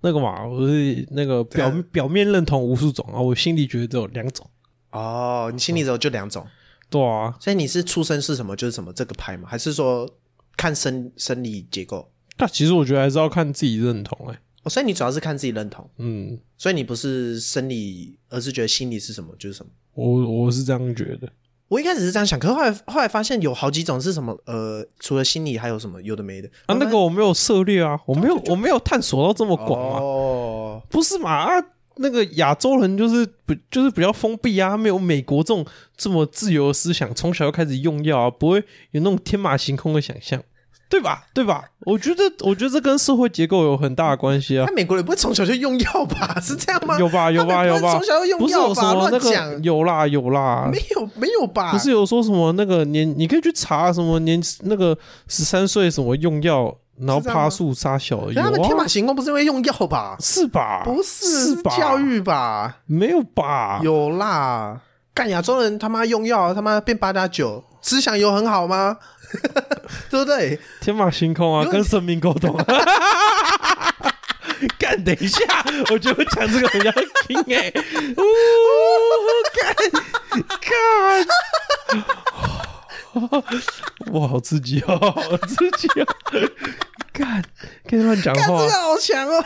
S2: 那个嘛，我是那个表
S1: 怎样
S2: 表面认同无数种啊，我心里觉得只有两种。
S1: 哦，你心里只有就两种，
S2: 对啊，
S1: 所以你是出生是什么就是什么这个派吗？还是说看生生理结构？
S2: 但其实我觉得还是要看自己认同哎、
S1: 哦，所以你主要是看自己认同，
S2: 嗯，
S1: 所以你不是生理，而是觉得心理是什么就是什么。
S2: 我我是这样觉得。
S1: 我一开始是这样想，可是后来后来发现有好几种是什么？呃，除了心理还有什么有的没的
S2: 啊，那个我没有涉猎啊，我没有我没有探索到这么广啊，
S1: 哦，
S2: 不是嘛啊？那个亚洲人就是不就是比较封闭啊，没有美国这种这么自由的思想，从小就开始用药啊，不会有那种天马行空的想象，对吧？对吧？我觉得我觉得这跟社会结构有很大的关系啊
S1: 那。美国人不会从小就用药吧？是这样吗？
S2: 有吧有吧
S1: 他们
S2: 有
S1: 不会
S2: 吧，
S1: 从小就用
S2: 不是
S1: 药
S2: 有什
S1: 吧？
S2: 么那
S1: 乱
S2: 个
S1: 讲，
S2: 有啦有啦，
S1: 没有没有吧？
S2: 不是有说什么那个年，你可以去查什么年那个十三岁什么用药，然后
S1: 是这样吗
S2: 趴树杀小，
S1: 可
S2: 有
S1: 是他们天马
S2: 啊，
S1: 行空不是因为用药吧？
S2: 是吧？
S1: 不是
S2: 是吧？啊
S1: 教育吧？
S2: 没有吧？
S1: 有啦，干亚洲人他妈用药，他妈变八加九，思想有很好吗？ [LAUGHS] 对不对？
S2: 天马行空啊，
S1: 有
S2: 跟神明沟通。 [LAUGHS] 干，等一下，我觉得我讲这个很要听哎、呜、干 [LAUGHS] 干，哇，好刺激哦，好刺激哦，干，可以乱讲
S1: 干这
S2: 话
S1: 个，好强哦！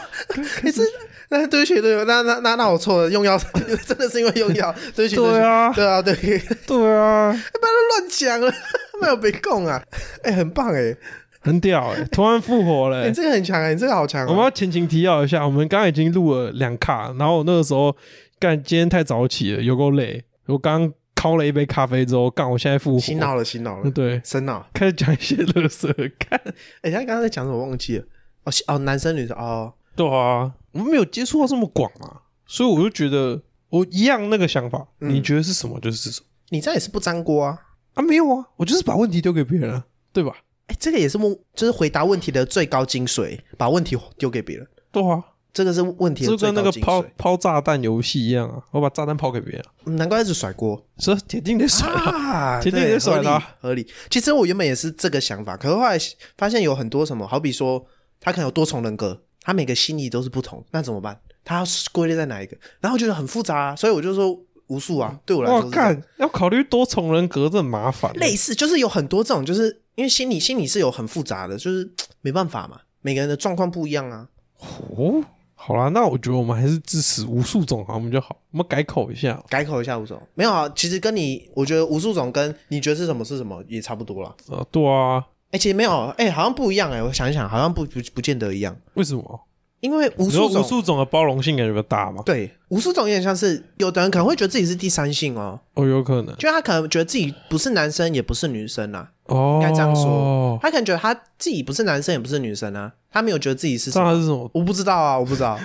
S1: 你是那对不起，对不起，那那那那我错了，用药 [LAUGHS] 真的是因为用药，对不起，
S2: 对啊
S1: 对啊，对 [LAUGHS] 不起，
S2: 对啊，
S1: 不要乱讲了，没有被供啊！哎，很棒哎，
S2: 很屌哎、突然复活了、
S1: 你
S2: 欸。
S1: 这个很强哎，你这个好强哦！
S2: 我们要前情提要一下，我们刚刚已经录了两卡，然后我那个时候干今天太早起了，有够累。我刚敲了一杯咖啡之后，干我现在复活，
S1: 洗脑了，洗脑了
S2: 嗯，，对，
S1: 深脑。
S2: 开始讲一些乐色干。
S1: 哎，他刚刚在讲什么？我忘记了。哦洗哦，男生女生哦，
S2: 对啊，我没有接触到这么广啊，所以我就觉得我一样那个想法，
S1: 嗯
S2: 你觉得是什么就是什么
S1: 你这样也是不粘锅啊。
S2: 啊？没有啊，我就是把问题丢给别人、啊，对吧？
S1: 哎，这个也是问，就是回答问题的最高精髓，把问题丢给别人，
S2: 对啊，
S1: 这个是问题的
S2: 就
S1: 最
S2: 跟那
S1: 高
S2: 个
S1: 精
S2: 抛
S1: 髓。
S2: 抛炸弹游戏一样啊，我把炸弹抛给别人、啊，
S1: 难怪一直甩锅
S2: 所以铁定得甩 [LAUGHS] 啊。
S1: 啊！
S2: 铁定
S1: 对
S2: 得甩的啊
S1: 合理，合理。其实我原本也是这个想法，可是后来发现有很多什么，好比说他可能有多重人格，他每个心意都是不同，那怎么办？他要归类在哪一个？然后我觉得很复杂、啊，所以我就说无数啊，对我来说
S2: 哇，
S1: 是这样
S2: 干，要考虑多重人格，这很麻烦。
S1: 类似，就是有很多这种，就是因为心理心理是有很复杂的，就是没办法嘛，每个人的状况不一样啊。
S2: 哦，好啦，那我觉得我们还是支持无数种好，我们就好，我们改口一下。
S1: 改口一下吴总，没有啊，其实跟你，我觉得吴树总跟你觉得是什么是什么也差不多啦。
S2: 呃，对啊，
S1: 哎、其实没有，哎、好像不一样哎、我想一想，好像不不不见得一样，
S2: 为什么？
S1: 因为吴
S2: 你
S1: 树
S2: 说无
S1: 总
S2: 数种的包容性感觉比较大吗？
S1: 对吴树总有点像是有的人可能会觉得自己是第三性哦，
S2: 哦，有可能
S1: 就他可能觉得自己不是男生也不是女生啊，
S2: 哦，
S1: 该这样说，他可能觉得他自己不是男生也不是女生啊，他没有觉得自己是什
S2: 这 [LAUGHS] 样
S1: 么。
S2: 是什么？
S1: 我不知道啊，我不知道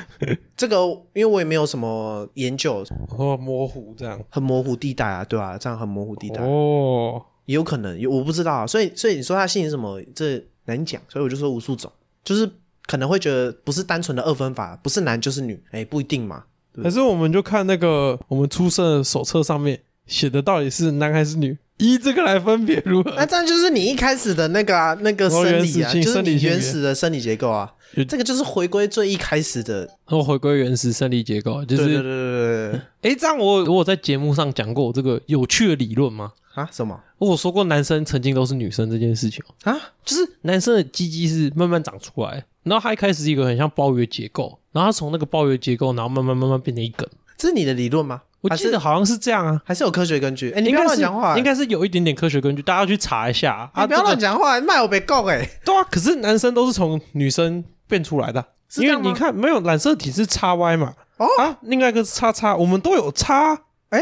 S1: 这个，因为我也没有什么研究，
S2: 哦，模糊这样。
S1: 很模糊地带啊，对啊，这样很模糊地带。
S2: 哦，
S1: 也有可能，有我不知道啊。所以，所以你说他姓什么，这难讲。所以我就说无数种，就是可能会觉得不是单纯的二分法，不是男就是女，哎、不一定嘛。对
S2: 还是我们就看那个我们出生的手册上面写的到底是男还是女，依这个来分别如何
S1: 那？这样就是你一开始的那个啊，那个生理啊，
S2: 呃哦原始性
S1: 就是你
S2: 生理性
S1: 原始的生理结构啊
S2: 有，
S1: 这个就是回归最一开始的，
S2: 然后回归原始生理结构，
S1: 对
S2: 就
S1: 对对对
S2: 是
S1: 对对
S2: 哎，这样我我有在节目上讲过这个有趣的理论吗？
S1: 啊什么
S2: 我说过男生曾经都是女生这件事情哦，
S1: 啊？
S2: 就是男生的鸡鸡是慢慢长出来，然后他一开始是一个很像鲍鱼的结构，然后他从那个鲍鱼的结构，然后慢慢慢慢变成一根。
S1: 这是你的理论吗？
S2: 我
S1: 还
S2: 记
S1: 是
S2: 得好像是这样啊，
S1: 还是有科学根据？哎、你
S2: 应
S1: 不要
S2: 该
S1: 乱
S2: 是
S1: 讲话、
S2: 应该是有一点点科学根据，大家去查一下啊。
S1: 你不要乱
S2: 这
S1: 讲话，骂我别告哎。
S2: 个对啊，可是男生都是从女生变出来的啊，
S1: 是这
S2: 因
S1: 样
S2: 为
S1: 吗
S2: 你看没有染色体是叉 Y 嘛，
S1: 哦
S2: 啊，另外一个是叉叉，我们都有叉，啊
S1: 哎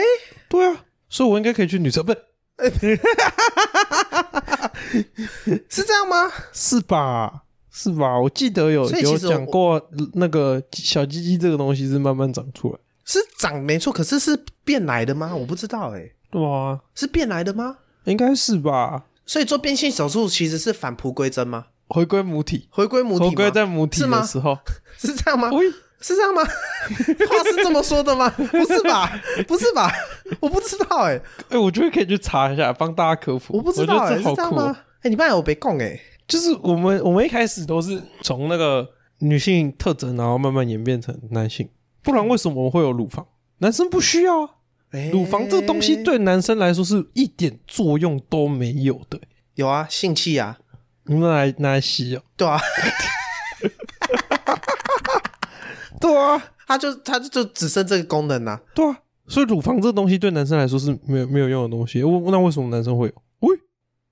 S2: 对啊，所以我应该可以去女生，不是
S1: 是这样吗？
S2: 是吧？是吧？我记得有
S1: 所以
S2: 有
S1: 其实我
S2: 讲过那个小鸡鸡这个东西是慢慢长出来，
S1: 是长没错，可是是变来的吗？我不知道哎、
S2: 对啊，
S1: 是变来的吗？
S2: 应该是吧？
S1: 所以做变性手术其实是返璞归真吗？
S2: 回归母体，
S1: 回归母体吗？
S2: 回归在母体
S1: 是吗 [LAUGHS]
S2: 的时候，
S1: 是这样吗？
S2: 喂，
S1: 是这样
S2: [LAUGHS]
S1: 吗？话是这么说的吗？不是吧？不是吧？我不知道哎、
S2: 哎、我觉得可以去查一下，帮大家科普。
S1: 我不知道
S2: 觉
S1: 哎、
S2: 得
S1: 是
S2: 这好
S1: 这样
S2: 酷哦、
S1: 吗？哎、你爸有被供哎，
S2: 就是我们我们一开始都是从那个女性特征，然后慢慢演变成男性，不然为什么我们会有乳房？男生不需要啊，
S1: 哎
S2: 乳房这个东西对男生来说是一点作用都没有的，
S1: 有啊，性器啊，
S2: 你们拿来拿来吸哦、
S1: 对啊，
S2: 对啊，
S1: 他就他就就只剩这个功能啊，
S2: 对啊，所以乳房这个东西对男生来说是没有没有用的东西。我那为什么男生会有？喂，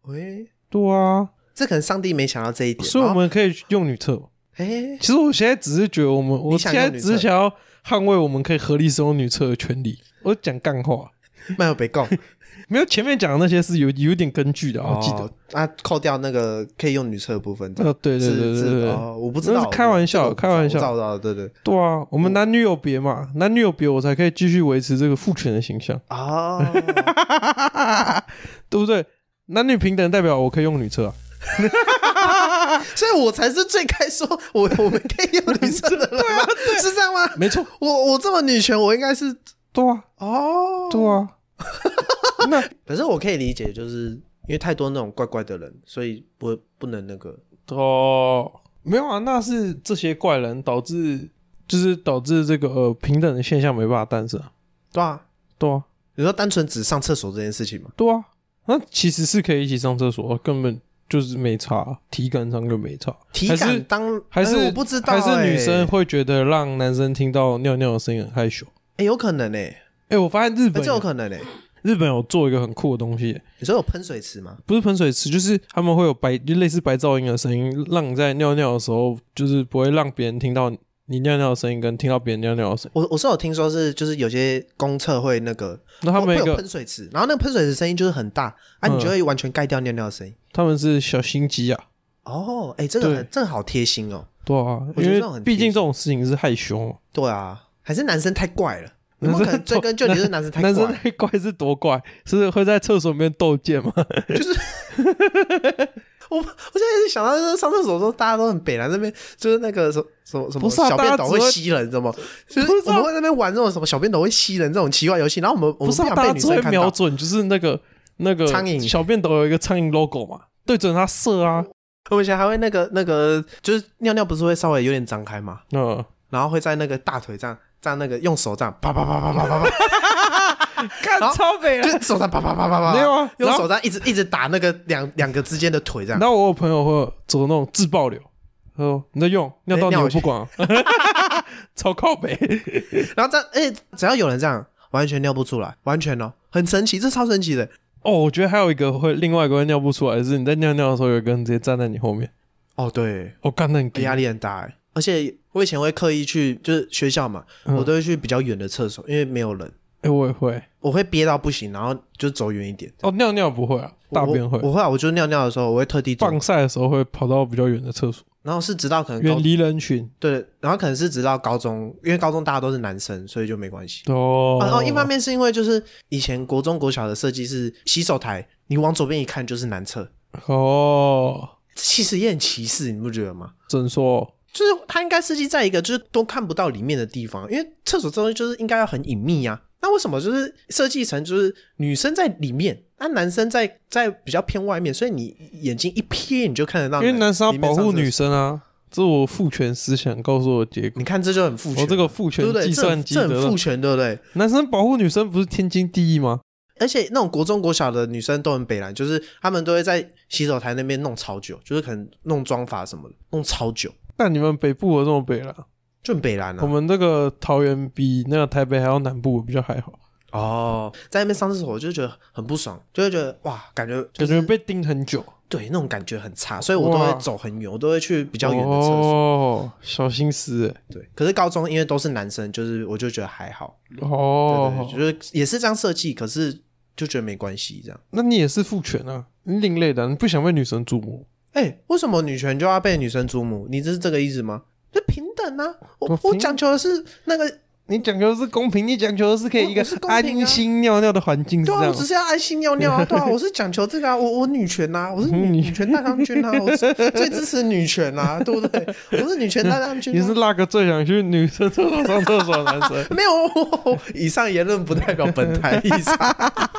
S1: 喂、
S2: 对啊，
S1: 这可能上帝没想到这一点，哦
S2: 所以我们可以用女厕。
S1: 哎、诶
S2: 其实我现在只是觉得我们，我
S1: 你想
S2: 现
S1: 用
S2: 在
S1: 女
S2: 只是
S1: 厕
S2: 想要捍卫我们可以合理使用女厕的权利。我讲干话，
S1: 没有
S2: [LAUGHS]
S1: 被供，
S2: 没有前面讲的那些是有有一点根据的，我记得
S1: 哦。啊，扣掉那个可以用女厕的部分，
S2: 呃，对对
S1: 是
S2: 对对
S1: 是
S2: 对，
S1: 哦，我不知道，
S2: 那是开玩笑
S1: 我
S2: 开玩笑
S1: 我知道，我知道，对对
S2: 对啊，我们男女有别嘛，男女有别，我才可以继续维持这个父权的形象，
S1: 哦，
S2: 对不对？男女平等代表我可以用女车啊，
S1: [LAUGHS] 所以我才是最该说我 [LAUGHS] 我们可以用女厕的人
S2: 啊
S1: 吗？是这样吗？
S2: 没错，
S1: 我我这么女权，我应该是
S2: 对啊，
S1: 哦，
S2: 对啊。 [LAUGHS] 那
S1: 可是我可以理解，就是因为太多那种怪怪的人，所以不不能那个
S2: 哦，没有啊，那是这些怪人导致，就是导致这个呃平等的现象没办法诞生啊，
S1: 对啊。
S2: 对啊。
S1: 你说单纯只上厕所这件事情嘛？
S2: 对啊，那其实是可以一起上厕所，根本就是没差，体感上就没差。
S1: 体
S2: 还
S1: 感
S2: 是
S1: 当
S2: 还是、
S1: 哎我不知道、
S2: 还是女
S1: 哎
S2: 生会觉得让男生听到尿尿的声音很害羞。
S1: 哎、有可能哎、
S2: 哎、我发现日
S1: 哎
S2: 本
S1: 这有可能哎、
S2: 日本有做一个很酷的东西，
S1: 你说有喷水池吗？
S2: 不是喷水池，就是他们会有白，就类似白噪音的声音，让你在尿尿的时候，就是不会让别人听到你尿尿的声音，跟听到别人尿尿的声音。
S1: 我我是有听说是就是有些公厕会那个，
S2: 那他们
S1: 哦会
S2: 有一
S1: 有
S2: 个
S1: 喷，水池，然后那个喷水池声音就是很大啊，你就会完全盖掉尿尿的声音。
S2: 他们是小心机啊，
S1: 哦，哎、这个
S2: 对
S1: 很这个好贴心哦。
S2: 对啊，
S1: 我觉得
S2: 因为
S1: 这种很
S2: 毕
S1: 贴
S2: 竟
S1: 心
S2: 这种事情是害羞嘛。
S1: 对啊，还是男生太怪了，有
S2: [LAUGHS]
S1: 没有可能追根究底是男生太怪
S2: 男生
S1: 了？
S2: 太怪是多怪？是会在厕所里面斗剑吗？
S1: 我我现在是想到就是上厕所的时候，大家都很北南这边就是那个什么什么什么
S2: 不是啊
S1: 小便斗
S2: 大家只会
S1: 会吸人，你知道吗？就是
S2: 不是
S1: 我
S2: 啊
S1: 们会在那边玩这种什么小便斗会吸人这种奇怪游戏，然后我们我
S2: 不
S1: 们
S2: 是、啊，
S1: 想
S2: 大
S1: 被
S2: 家
S1: 女
S2: 只
S1: 生
S2: 会
S1: 看
S2: 瞄
S1: 到。
S2: 准，就是那个那个
S1: 苍蝇
S2: 小便斗有一个苍蝇 logo 嘛，对准它射啊。
S1: 我以前还会那个那个，就是尿尿不是会稍微有点张开吗？
S2: 嗯，
S1: 然后会在那个大腿这样，这样那个用手这样啪啪啪啪啪啪 [LAUGHS] 啪，
S2: 看
S1: 然后
S2: 超美
S1: 就是手上啪啪啪啪啪，
S2: 没有啊
S1: 用
S2: 然后
S1: 手这样一直一直打那个两两个之间的腿这样
S2: 然。后我有朋友会走那种自爆流，他说你在用尿道
S1: 哎
S2: 你
S1: 尿
S2: 我
S1: 回去
S2: 不管、啊， [LAUGHS] 超靠北。
S1: 然后这样，哎、只要有人这样，完全尿不出来，完全哦，很神奇，这超神奇的。
S2: 哦，我觉得还有一个会另外一个会尿不出来的是你在尿尿的时候，有一个人直接站在你后面，
S1: 哦，对，
S2: 我、哦、干那很
S1: 压力很大哎。而且我以前会刻意去，就是学校嘛，
S2: 嗯
S1: 我都会去比较远的厕所，因为没有人，
S2: 哎、我也会。
S1: 我会憋到不行，然后就走远一点。
S2: 哦，尿尿不会啊，大便会
S1: 我。我。我后来我就尿尿的时候，我会特地走，
S2: 放晒的时候会跑到比较远的厕所，
S1: 然后是直到可能高
S2: 远离人群。
S1: 对，然后可能是直到高中，因为高中大家都是男生，所以就没关系。
S2: 哦，
S1: 然后一方面是因为就是以前国中国小的设计是洗手台，你往左边一看就是男厕，
S2: 哦，
S1: 其实也很歧视，你不觉得吗？
S2: 怎说？
S1: 就是它应该设计在一个就是都看不到里面的地方，因为厕所这东西就是应该要很隐秘啊。那为什么就是设计成就是女生在里面，那男生在在比较偏外面，所以你眼睛一瞥你就看得到
S2: 因
S1: 男，
S2: 为男
S1: 里
S2: 生要
S1: 面
S2: 保护
S1: 上厕
S2: 女
S1: 所，
S2: 生啊，这是我父权思想告诉我的结果
S1: 你。看这就很父权，
S2: 我这个父权
S1: 对不对？
S2: 计
S1: 这
S2: 算机
S1: 这很
S2: 得
S1: 父
S2: 到，
S1: 权，对不对？
S2: 男生保护女生不是天经地义吗？
S1: 而且那种国中国小的女生都很北蓝，就是她们都会在洗手台那边弄超久，就是可能弄妆发什么的，弄超久，
S2: 但你们北部有这么北了，
S1: 就很北蓝
S2: 我
S1: 啊。
S2: 们这个桃园比那个台北还要南部，比较还好，
S1: 哦，在那边上厕所，我就觉得很不爽，就会觉得哇，感觉
S2: 感
S1: 就是
S2: 觉被盯很久，
S1: 对那种感觉很差，所以我都
S2: 哇
S1: 会走很远，我都会去比
S2: 比
S1: 较远的厕所。
S2: 哦，小心思欸，
S1: 对，可是高中因为都是男生，就是我就觉得还好，对对
S2: 哦
S1: 对，，就是也是这样设计，可是就觉得没关系这样。
S2: 那你也是父权啊，你另类的啊，你不想被女生注目，
S1: 哎、哎、为什么女权就要被女生祖母？你这是这个意思吗？这平等啊！我我
S2: 哦平
S1: 讲求的是那个，
S2: 你讲求的是公平，你讲求的是可以一个
S1: 我是公平啊
S2: 安心尿尿的环境，是
S1: 对
S2: 这
S1: 啊，
S2: 样
S1: 我
S2: 吗
S1: 只？是要安心尿尿啊，
S2: [LAUGHS]
S1: 对啊，我是讲求这个啊，我我女权啊，我是女
S2: 嗯你
S1: 女权大将军啊，我是最支持女权啊，对不对？我是女权大将军、啊。。
S2: 你是那个最想去女生厕所上厕所的男生
S1: [LAUGHS] 没有，以上言论不代表本台立场。 [LAUGHS]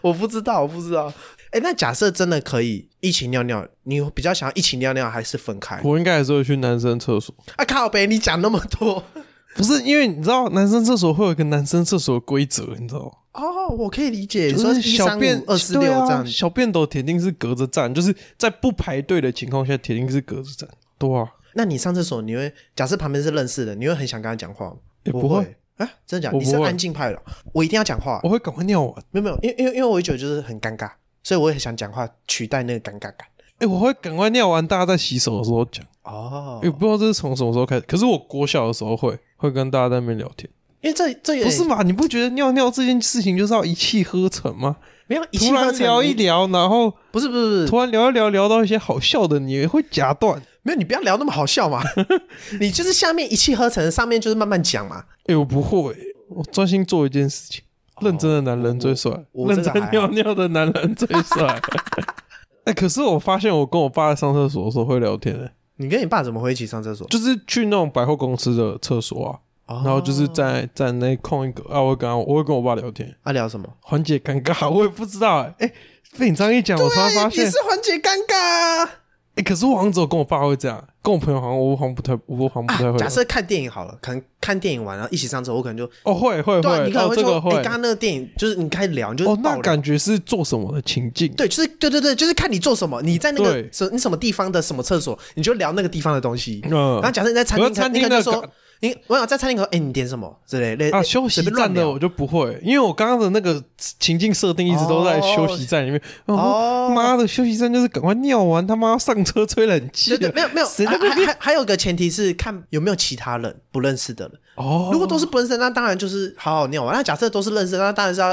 S1: 我不知道，我不知道。哎，那假设真的可以一起尿尿，你比较想要一起尿尿还是分开？
S2: 我应该还是会去男生厕所，
S1: 啊靠呗，你讲那么多
S2: 不是因为你知道男生厕所会有一个男生厕所的规则，你知道吗？
S1: 哦，我可以理解。你
S2: 就
S1: 说
S2: 是
S1: 一
S2: 小
S1: 三
S2: 便
S1: 五二四六
S2: 对啊
S1: 这样，
S2: 小便斗铁定是隔着站，就是在不排队的情况下，铁定是隔着站。对啊，
S1: 那你上厕所，你会假设旁边是认识的，你会很想跟他讲话吗？
S2: 也
S1: 不
S2: 不会
S1: 啊，真的假的？
S2: 我
S1: 你
S2: 不
S1: 是
S2: 会
S1: 安静派的，哦我一定要讲话
S2: 我。会赶快尿完。
S1: 没有没有，因为因为因为我觉得就是很尴尬，所以我也很想讲话取代那个尴尬感。
S2: 哎、我会赶快尿完，大家在洗手的时候讲。
S1: 哦
S2: 也、不知道这是从什么时候开始，可是我国小的时候会会跟大家在那边聊天，
S1: 因为这这也
S2: 不是嘛？你不觉得尿尿这件事情就是要一气呵成吗？
S1: 没有一气
S2: 突
S1: 呵
S2: 然
S1: 成
S2: 聊一
S1: 你
S2: 聊，然后
S1: 不是不是不是，
S2: 突然聊一聊，聊到一些好笑的，你也会夹断。
S1: 没有你不要聊那么好笑
S2: [LAUGHS]
S1: 嘛，你就是下面一气呵成，上面就是慢慢讲嘛。
S2: 哎、我不会、我专心做一件事情。认真的男人最帅，
S1: 哦我我
S2: 认
S1: 这个
S2: 真尿尿的男人最帅。 [LAUGHS] 哎、可是我发现我跟我爸在上厕所的时候会聊天、欸，
S1: 你跟你爸怎么会一起上厕所？
S2: 就是去那种百货公司的厕所啊，
S1: 然
S2: 然后就是
S1: 哦
S2: 在在那空一个啊，我会跟他我会跟我爸聊天，
S1: 啊聊什么？
S2: 缓解尴尬。我也不知道、欸，哎、被你这样一讲，我突然发现
S1: 也，啊哎是缓解尴尬啊、
S2: 哎、可是我好像只有跟我爸会这样，跟我朋友好像我好像不太，我好像不太
S1: 啊。
S2: 会。
S1: 假设看电影好了，可能看电影完然后一起上厕所，我可能就
S2: 哦，会会
S1: 对啊、
S2: 会，
S1: 你可能
S2: 哦
S1: 会
S2: 这
S1: 说，
S2: 个
S1: 哎、
S2: 会。
S1: 刚刚那个电影就是你开始聊，你就
S2: 哦，那
S1: 爆聊
S2: 感觉是做什么的情境？
S1: 对，就是对对对，就是看你做什么，你在那个
S2: 对
S1: 什你什么地方的什么厕所，你就聊那个地方的东西。
S2: 嗯
S1: 然后假设你在餐厅，
S2: 可是餐
S1: 你可
S2: 厅
S1: 能
S2: 的
S1: 就说
S2: 感
S1: 你我想在餐厅口，哎、你点什么之类类
S2: 啊，休息
S1: 呃随便乱
S2: 站的
S1: 聊
S2: 我就不会，因为我刚刚的那个情境设定一直都在休息站里面。
S1: 哦
S2: 哦，妈的，休息站就是赶快尿完，他妈要上车吹冷气
S1: 对
S2: 了。
S1: 对，没有没啊有，
S2: 谁
S1: 还
S2: 在那
S1: 还
S2: 边？
S1: 还还有个前提是看有没有其他人不认识的人。
S2: 哦，
S1: 如果都是不认识的，那当然就是好好尿完。那假设都是认识的，那当然是要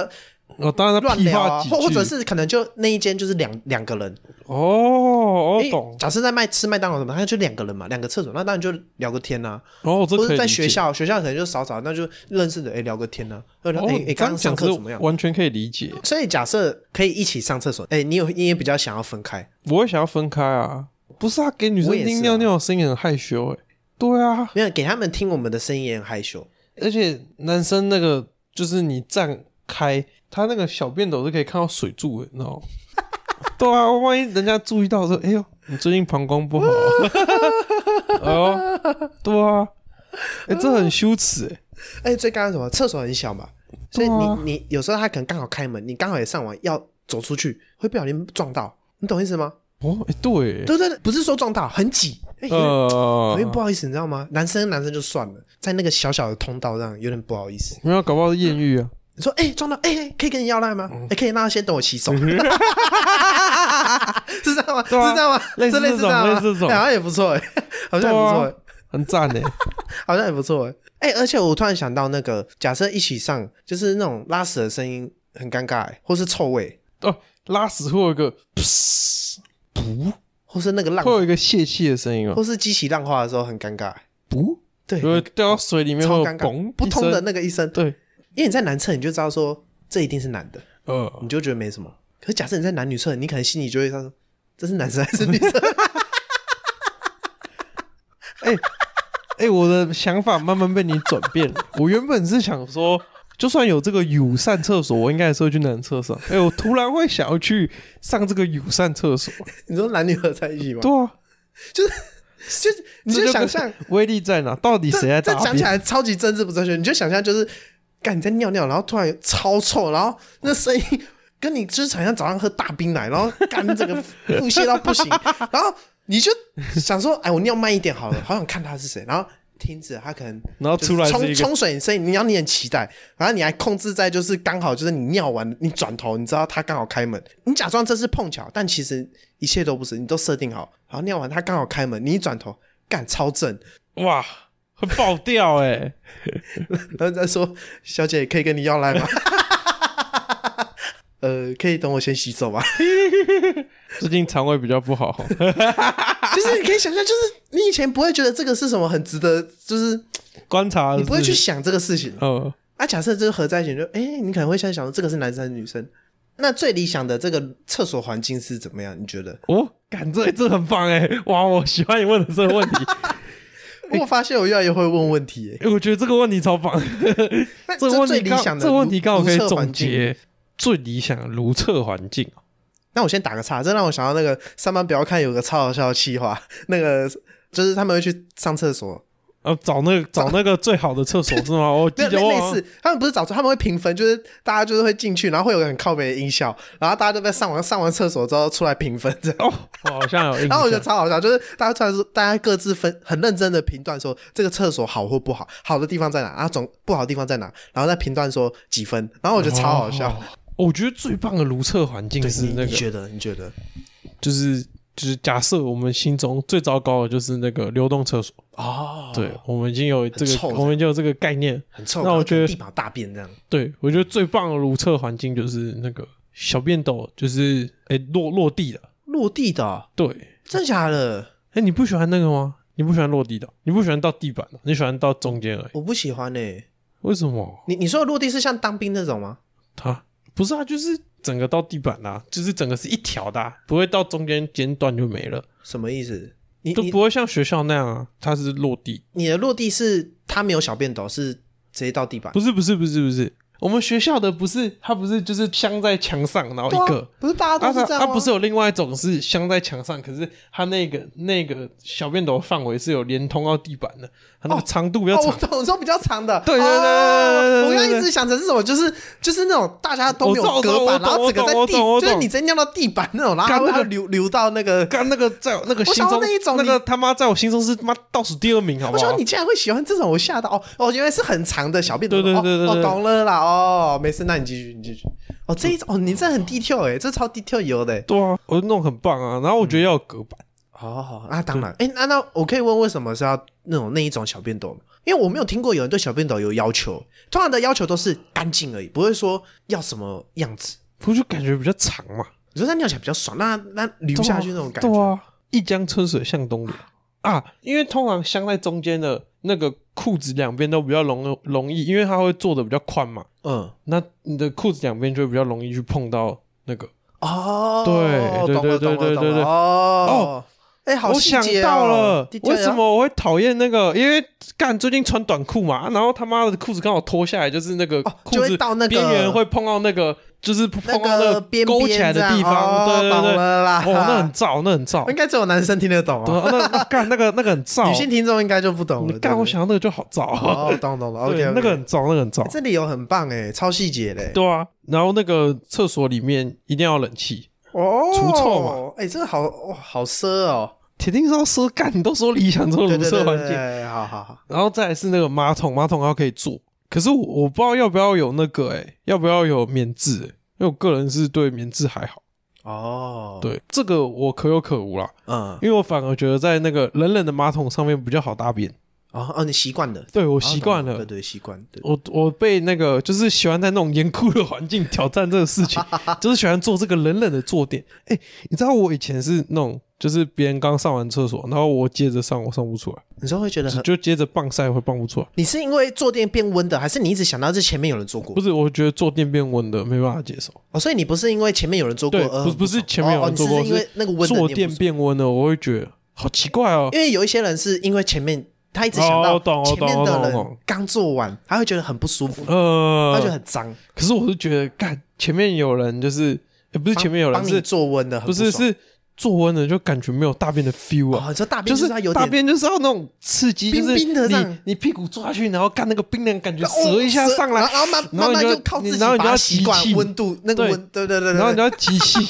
S2: 我哦当然在
S1: 乱
S2: 屁
S1: 聊
S2: 话
S1: 啊，
S2: 几
S1: 或或
S2: 句
S1: 者是可能就那一间就是两两个人。
S2: 哦，我
S1: 诶
S2: 懂。
S1: 假设在麦吃麦当劳什么，那就两个人嘛，两个厕所，那当然就聊个天呐。
S2: 哦，这
S1: 或
S2: 可
S1: 者
S2: 以
S1: 在
S2: 理
S1: 学
S2: 解。
S1: 校，学校可能就少少，那就认识的，哎，聊个天呐。哎
S2: 哦，
S1: 哎，
S2: 你
S1: 诶刚刚
S2: 刚讲
S1: 上
S2: 是
S1: 课怎么样？
S2: 完全可以理解。
S1: 所以假设可以一起上厕所，哎，你有你也比较想要分开，
S2: 我会想要分开啊，不是啊，给女生
S1: 我也是啊
S2: 听尿尿的声音很害羞哎、对啊，
S1: 没有给他们听我们的声音也很害羞。
S2: 而且男生那个就是你站开，他那个小便斗是可以看到水柱的，你知道吗？ [LAUGHS] 对啊，万一人家注意到说，哎呦，你最近膀胱不好、啊 [LAUGHS] 哦，对啊，哎、这很羞耻哎、
S1: 哎，最刚刚什么？厕所很小嘛，所以
S2: 对
S1: 你、
S2: 啊
S1: 你有时候他可能刚好开门，你刚好也上完要走出去，会不小心撞到，你懂意思吗？
S2: 哦，哎、对、
S1: 对对对，不是说撞到，很挤，哎、有点
S2: 呃
S1: 有，点不好意思，你知道吗？男生男生就算了，在那个小小的通道上有点不好意思。
S2: 没有搞不好是艳遇啊，
S1: 你说，哎、撞到，哎、哎可以跟你要赖吗？哎、
S2: 嗯
S1: 可以让他先等我洗
S2: [LAUGHS]
S1: 手， [LAUGHS] 是这样吗？
S2: 啊
S1: 是这样吗？
S2: 类似
S1: 这类似
S2: 这种
S1: 样吗
S2: 类似这种
S1: 哎好像也不错、哎，好像也不错、
S2: 对啊很赞哎、
S1: 哎好像也不错、哎哎、而且我突然想到，那个假设一起上，就是那种拉屎的声音很尴尬、哎或是臭味，
S2: 哦，拉屎会有一个，
S1: 或是那个浪
S2: 会有一个泄气的声音吗？
S1: 或是激起浪花的时候很尴尬，欸
S2: 不，
S1: 对，
S2: 就会掉到水里面，会
S1: 超
S2: 有
S1: 尴尬，
S2: 嘣
S1: 不通的
S2: 一声。
S1: 那个一声，
S2: 对，
S1: 因为你在男厕你就知道说这一定是男的，
S2: 呃，
S1: 你就觉得没什么。可是假设你在男女厕，你可能心里就会说这是男生还是女生？ [LAUGHS]
S2: 哎、哎、我的想法慢慢被你转变了。我原本是想说，就算有这个友善厕所，我应该也是会去男厕上。哎、我突然会想要去上这个友善厕所。
S1: 你说男女合在一起吗？
S2: 对啊，
S1: 就是你就想象，
S2: 威力在哪？到底谁在
S1: 这这
S2: 大
S1: 讲起
S2: 便？
S1: 来超级政治不正确，你就想象就是，干你在尿尿，然后突然有超臭，然后那声音。 [LAUGHS] 跟你就是想像早上喝大冰奶，然后干这个腹泻到不行，然后你就想说，哎，我尿慢一点好了，好想看他是谁，然后停止，他可能
S2: 然后
S1: 就是
S2: 出来是
S1: 冲
S2: 一个
S1: 冲水声音，你要你很期待，然后你还控制在就是刚好就是你尿完，你转头，你知道他刚好开门，你假装这是碰巧，但其实一切都不是，你都设定好，然后尿完他刚好开门，你一转头，干超正，
S2: 哇，会爆掉哎、
S1: 然后再说小姐可以跟你要来吗？ [LAUGHS] 呃，可以等我先洗手吗？ [LAUGHS]
S2: 最近肠胃比较不好，
S1: 就是你可以想象，就是你以前不会觉得这个是什么很值得，就是
S2: 观察
S1: 你不会去
S2: 是
S1: 想这个事情。
S2: 呃，
S1: 啊，假设这个合在一起就，哎、你可能会现在想说这个是男生还是女生？那最理想的这个厕所环境是怎么样？你觉得？
S2: 哦，感这这很棒哎，哇，我喜欢你问的这个问题，
S1: 我发现我越来越会问问题、欸，
S2: 哎我觉得这个问题超棒，
S1: 那
S2: 这个问
S1: 最
S2: 题
S1: 理
S2: 刚
S1: 想的
S2: 这个问题
S1: 如
S2: 刚好可以。
S1: 如厕
S2: 总
S1: 环境
S2: 结最理想的如厕环境。
S1: 那我先打个岔，这让我想到那个上班不要看有个超好笑的气话，那个就是他们会去上厕所，
S2: 呃，找那个找那个最好的厕所是吗？哦我记
S1: 类
S2: 得
S1: 类
S2: 我
S1: 似，他们不是找出他们会评分，就是大家就是会进去，然后会有个很靠北的音效，然后大家都在上完上完厕所之后出来评分这样。
S2: 哦，我好像有印
S1: 然后我觉
S2: [LAUGHS]
S1: 得
S2: 象。哦
S1: 超好笑，就是大家突然说，大家各自分很认真的评断说这个厕所好或不好，好的地方在哪，啊总不好的地方在哪，然后再评断说几分，然后我觉得超好笑。
S2: 哦我觉得最棒的如厕环境
S1: 对
S2: 是
S1: 你
S2: 那
S1: 你
S2: 个，
S1: 觉得？你觉得？
S2: 就是就是假设我们心中最糟糕的就是那个流动厕所，
S1: 哦，
S2: 对，我们已经有这
S1: 很臭
S2: 个，
S1: 的
S2: 我们已经有这个概念。
S1: 很臭。
S2: 那我觉得
S1: 然后地板大便这样，
S2: 对我觉得最棒的如厕环境就是那个小便斗，就是哎、落落地的。
S1: 落地的哦，
S2: 对，
S1: 真假的？
S2: 哎、你不喜欢那个吗？你不喜欢落地的，你不喜欢到地板的，你喜欢到中间而已。
S1: 我不喜欢呢、欸
S2: 为什么？
S1: 你你说的落地是像当兵那种吗？
S2: 它不是啊，就是整个到地板啦、就是整个是一条的啊、不会到中间间断就没了，
S1: 什么意思？你
S2: 都
S1: 你
S2: 不会像学校那样啊，它是落地。
S1: 你的落地是它没有小便斗，是直接到地板？
S2: 不是不是不是不是，我们学校的不是，它不是就是镶在墙上，然后
S1: 对啊
S2: 一个。
S1: 不是大家
S2: 啊，
S1: 都是
S2: 它
S1: 这样
S2: 它
S1: 吗？
S2: 不是有另外一种是镶在墙上，可是它那个那个小便斗的范围是有连通到地板的，它那个长度比较
S1: 哦，
S2: 长
S1: 我。懂，说比较长的。
S2: 对对对对对对对
S1: 哦我
S2: 对
S1: 刚
S2: 对
S1: 一直想成是什么，就是就是那种大家都没有
S2: 我知道
S1: 隔
S2: 我
S1: 板，
S2: 知
S1: 然
S2: 道
S1: 后
S2: 我
S1: 整
S2: 懂
S1: 个在
S2: 我
S1: 地，
S2: 懂我
S1: 就
S2: 懂
S1: 是你直接尿到地板那种，然后
S2: 干
S1: 还
S2: 那
S1: 会
S2: 个
S1: 它流流到那个。
S2: 干那个在我那个
S1: 我
S2: 心
S1: 想到
S2: 中
S1: 那一种
S2: 那个
S1: 你
S2: 他妈在我心中是妈倒数第二名，好
S1: 我
S2: 不好
S1: 想？你竟然会喜欢这种，我吓到哦哦，原来是很长的小便斗。
S2: 对对对对
S1: 哦，
S2: 对
S1: 哦懂了啦哦，没事，那你继续，你继续。哦，这一种哦，你这很 detail 哎、这超 detail 油的、欸。
S2: 对啊，我弄很棒啊，然后我
S1: 嗯
S2: 觉得要有隔板。
S1: 哦，那当然，哎、那那我可以问为什么是要那种那一种小便斗吗？因为我没有听过有人对小便斗有要求，通常的要求都是干净而已，不会说要什么样子。
S2: 不就感觉比较长嘛，
S1: 你说它尿起来比较爽，那那流下去那种感觉。
S2: 对啊，一江春水向东流啊，因为通常镶在中间的那个裤子两边都比较容容易，因为它会做的比较宽嘛，
S1: 嗯，
S2: 那你的裤子两边就会比较容易去碰到那个。
S1: 哦，懂了懂了
S2: 对对对对
S1: 懂
S2: 对对
S1: 了哦。哎、好
S2: 我
S1: 细
S2: 想
S1: 节哦
S2: 到了，为什？
S1: detail 啊
S2: 么我会讨厌那个？因为干最近穿短裤嘛，然后他妈的裤子刚好脱下来，就是那个
S1: 哦
S2: 裤
S1: 就
S2: 子
S1: 会到那个
S2: 边缘会碰到那个，就是碰
S1: 那
S2: 到那
S1: 个边
S2: 勾起来
S1: 边
S2: 的
S1: 这样
S2: 地
S1: 哦
S2: 方。对对
S1: 懂
S2: 对，
S1: 了啦
S2: 哦，那很燥，那很燥。
S1: 应该只有男生听得懂
S2: 对
S1: 哦，
S2: 啊那那干那个那个很燥，
S1: 女性听众应该就不懂
S2: 你
S1: 了。
S2: 干，
S1: 对
S2: 我想到那个就好 [LAUGHS] 燥。
S1: 哦，懂懂了
S2: 对
S1: ，OK，
S2: 那个很燥，那个很燥。
S1: 这里有很棒哎，超细节嘞。
S2: 对啊，然后那个厕所里面一定要有冷气，
S1: 哦，
S2: 除臭嘛。
S1: 哎、这个好哇，好奢哦。
S2: 铁定是要说干，你都说理想中
S1: 对
S2: 的如
S1: 对
S2: 厕
S1: 对
S2: 环
S1: 对
S2: 境，
S1: 对，好好好。
S2: 然后再来是那个马桶，马桶要可以坐，可是我我不知道要不要有那个哎、要不要有棉质、欸？因为我个人是对棉质还好，
S1: 哦，，
S2: 对这个我可有可无啦，
S1: 嗯，
S2: 因为我反而觉得在那个冷冷的马桶上面比较好大便，
S1: 哦哦，你习惯啊了，
S2: 对我
S1: 我
S2: 习惯了，
S1: 对对，习惯，对，
S2: 我我被那个就是喜欢在那种严酷的环境挑战这个事情，就是喜欢做这个冷冷的坐垫。哎、你知道我以前是那种，就是别人刚上完厕所，然后我接着上，我上不出来，
S1: 你说会觉得很
S2: 就接着棒晒会棒不出来。
S1: 你是因为坐垫变温的，还是你一直想到这前面有人做
S2: 不
S1: 过？
S2: 是，我觉得坐垫变温的没办法接受。
S1: 哦，所以你不是因为前面有人做过，
S2: 对，
S1: 而
S2: 不是不是前面有人做过，
S1: 哦哦、你是因为那个温的
S2: 坐
S1: 你也
S2: 垫
S1: 不爽
S2: 变温了，我会觉得好奇怪哦。
S1: 因为有一些人是因为前面他一直
S2: 哦
S1: 想到
S2: 我懂我
S1: 前面
S2: 懂我懂
S1: 的
S2: 我
S1: 人
S2: 懂
S1: 刚做完，他会觉得很不舒服，他觉得
S2: 呃，
S1: 很脏。
S2: 可是我是觉得，干前面有人就是，欸不是前面有人
S1: 帮你
S2: 是，
S1: 做温的，很
S2: 不是
S1: 爽
S2: 是坐温的就感觉没有大便的 feel
S1: 哦，。
S2: 啊
S1: 你说大便就
S2: 就
S1: 是
S2: 是
S1: 他有
S2: 大
S1: 点
S2: 便就是要那种刺激，
S1: 冰冰的这
S2: 就是你
S1: 样
S2: 你屁股坐下去，然后干那个冰凉感觉，
S1: 哦
S2: 折一下
S1: 折
S2: 上来，
S1: 然后慢
S2: 然后
S1: 慢慢
S2: 你就
S1: 就靠自
S2: 你
S1: 己
S2: 然后你
S1: 把
S2: 就
S1: 它
S2: 要
S1: 习
S2: 集
S1: 惯
S2: 气，
S1: 温度那个
S2: 对
S1: 温，对对对对，
S2: 然后你
S1: 对
S2: 就要
S1: [LAUGHS]
S2: 集气，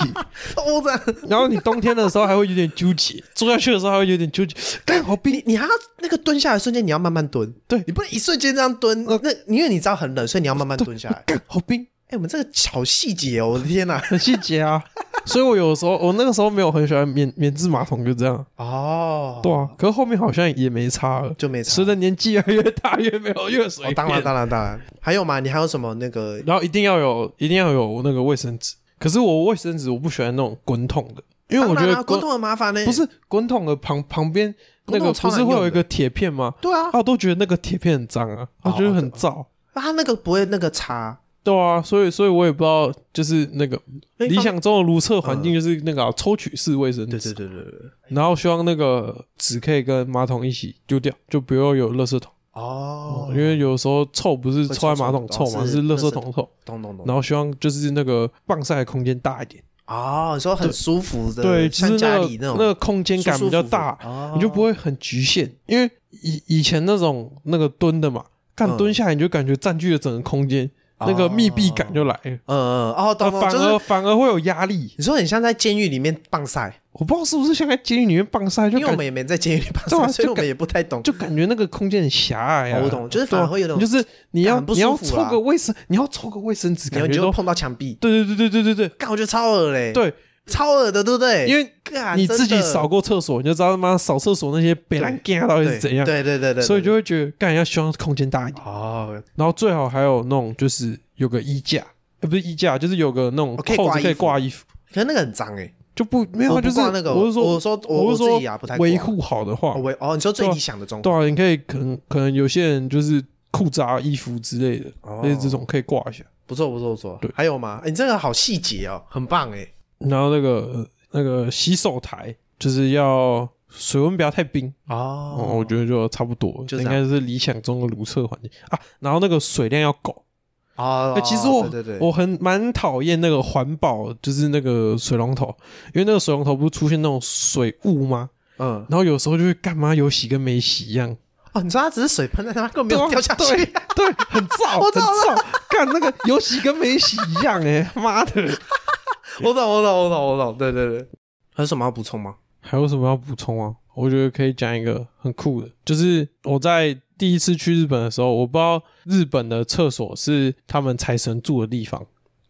S1: 哦这样。
S2: 然后你冬天的时候还会有点纠结，坐下去的时候还会有点纠结，干好冰
S1: 你你还要那个蹲下来的瞬间，你要慢慢蹲，
S2: 对
S1: 你不能一瞬间这样蹲，
S2: 哦
S1: 那因为你知道很冷，所以你要慢慢蹲下来。
S2: 干好冰，
S1: 哎，我们这个小细节哦，我的天
S2: [LAUGHS]
S1: 哪！
S2: 很细
S1: [LAUGHS]
S2: 节啊。所以我有时候我那个时候没有很喜欢免免治马桶，就这样。
S1: 哦，
S2: 对啊，可是后面好像也没差了，
S1: 就没差
S2: 随着年纪越来越大，越没有越随
S1: 哦，
S2: 便。
S1: 当然当然当然，还有吗？你还有什么那个
S2: 然后一定要有，一定要有那个卫生纸，可是我卫生纸我不喜欢那种滚筒的，因为我觉
S1: 当然
S2: 得
S1: 啊滚筒很麻烦呢、
S2: 不，是滚筒的旁旁边那
S1: 滚筒
S2: 个
S1: 超
S2: 不
S1: 难
S2: 是会有一
S1: 用
S2: 个铁片吗？
S1: 对啊
S2: 啊，，我都觉得那个铁片很脏啊，我觉得很燥。
S1: 它啊那个不会那个擦，
S2: 对啊，所以所以我也不知道，就是那个
S1: 因为
S2: 理
S1: 放
S2: 想中的如厕环境就是那个啊、抽取式卫生纸，
S1: 嗯对对对对对，
S2: 然后希望那个纸可以跟马桶一起丢掉，就不要有垃圾桶，
S1: 哦，
S2: 因为有时候臭不
S1: 会
S2: 是臭
S1: 臭
S2: 在马桶
S1: 臭
S2: 臭
S1: 的
S2: 嘛，
S1: 哦是
S2: 是垃
S1: 垃圾
S2: 圾桶臭。
S1: 懂懂懂，
S2: 然后希望就是那个棒晒的空间大一点，
S1: 哦，你说很舒服的，
S2: 对，就
S1: 像
S2: 是
S1: 家
S2: 那个
S1: 里
S2: 那
S1: 种
S2: 个空间感比较大，
S1: 舒舒服服哦
S2: 你就不会很局限，因为以以前那种那个蹲的嘛，干
S1: 嗯
S2: 蹲下来你就感觉占据了整个空间，那个密闭感就来了，
S1: 嗯嗯哦，
S2: 那
S1: 懂懂，
S2: 反
S1: 就
S2: 而
S1: 是
S2: 反而会有压力。
S1: 你说很像在监狱里面棒晒，
S2: 我不知道是不是像在监狱里面棒晒，就
S1: 因为我
S2: 感
S1: 们也没在监狱里棒
S2: 对啊
S1: 晒，所以
S2: 就
S1: 我们
S2: 感
S1: 也不太懂，
S2: 就感觉那个空间很狭隘啊。
S1: 哦我懂就是反
S2: 对啊
S1: 而会有那种
S2: 就是你要
S1: 很不
S2: 你要
S1: 舒服
S2: 抽
S1: 啦
S2: 个卫生，你要抽个卫生纸，
S1: 然后
S2: 感
S1: 你
S2: 觉
S1: 就
S2: 都
S1: 碰到墙壁，
S2: 对对对对对对
S1: 干我觉得超恶嘞，，
S2: 对
S1: 超恶的，对不对？
S2: 对，因为
S1: 干
S2: 你自己
S1: 真的
S2: 扫过厕所，你就知道他妈扫厕所那些北兰干到底
S1: 对
S2: 是怎样，
S1: 对对对对，
S2: 所以就
S1: 对
S2: 会觉得干要希望空间大一点，
S1: 哦，
S2: 然后最好还有那种就是有个衣架，呃不是衣架，就是有个那种
S1: 哦可以挂
S2: 扣子可以
S1: 衣服
S2: 挂衣服，
S1: 可是那个很脏哎，
S2: 就不没有
S1: 我
S2: 啊
S1: 不
S2: 就是
S1: 挂那个
S2: 我是说
S1: 我说我
S2: 我是
S1: 我
S2: 说
S1: 自己啊不太挂
S2: 维护好的话
S1: 哦，我哦，你说最
S2: 对啊
S1: 理想的状
S2: 对
S1: 况，
S2: 啊，你可以可能可能有些人就是裤衩、衣服之类的，
S1: 哦
S2: 类似这种可以挂一下。
S1: 不错不错不错
S2: 对，
S1: 还有吗？哎你这个好细节哦，很棒哎，
S2: 然后那个呃那个洗手台就是要水温不要太冰哦，
S1: 哦
S2: 我觉得就差不多，
S1: 就这啊
S2: 应
S1: 样
S2: 该是理想中的如厕环境啊。然后那个水量要够。
S1: 哦
S2: 哎，，其实我
S1: 对对对，
S2: 我很蛮讨厌那个环保，就是那个水龙头，因为那个水龙头不是出现那种水雾吗？
S1: 嗯，
S2: 然后有时候就会干嘛有洗跟没洗一样，
S1: 哦，你说它只是水喷在那，根本没
S2: 对啊
S1: 有掉下
S2: 对
S1: 去。
S2: 对，很燥，
S1: [LAUGHS] 我
S2: 很
S1: 知道
S2: 燥，干那个有洗跟没洗一样哎、妈的！
S1: 我懂，我懂，我懂，我懂。对对对，还有什么要补充吗？
S2: 还有什么要补充啊？我觉得可以讲一个很酷的，就是我在第一次去日本的时候，我不知道日本的厕所是他们财神住的地方。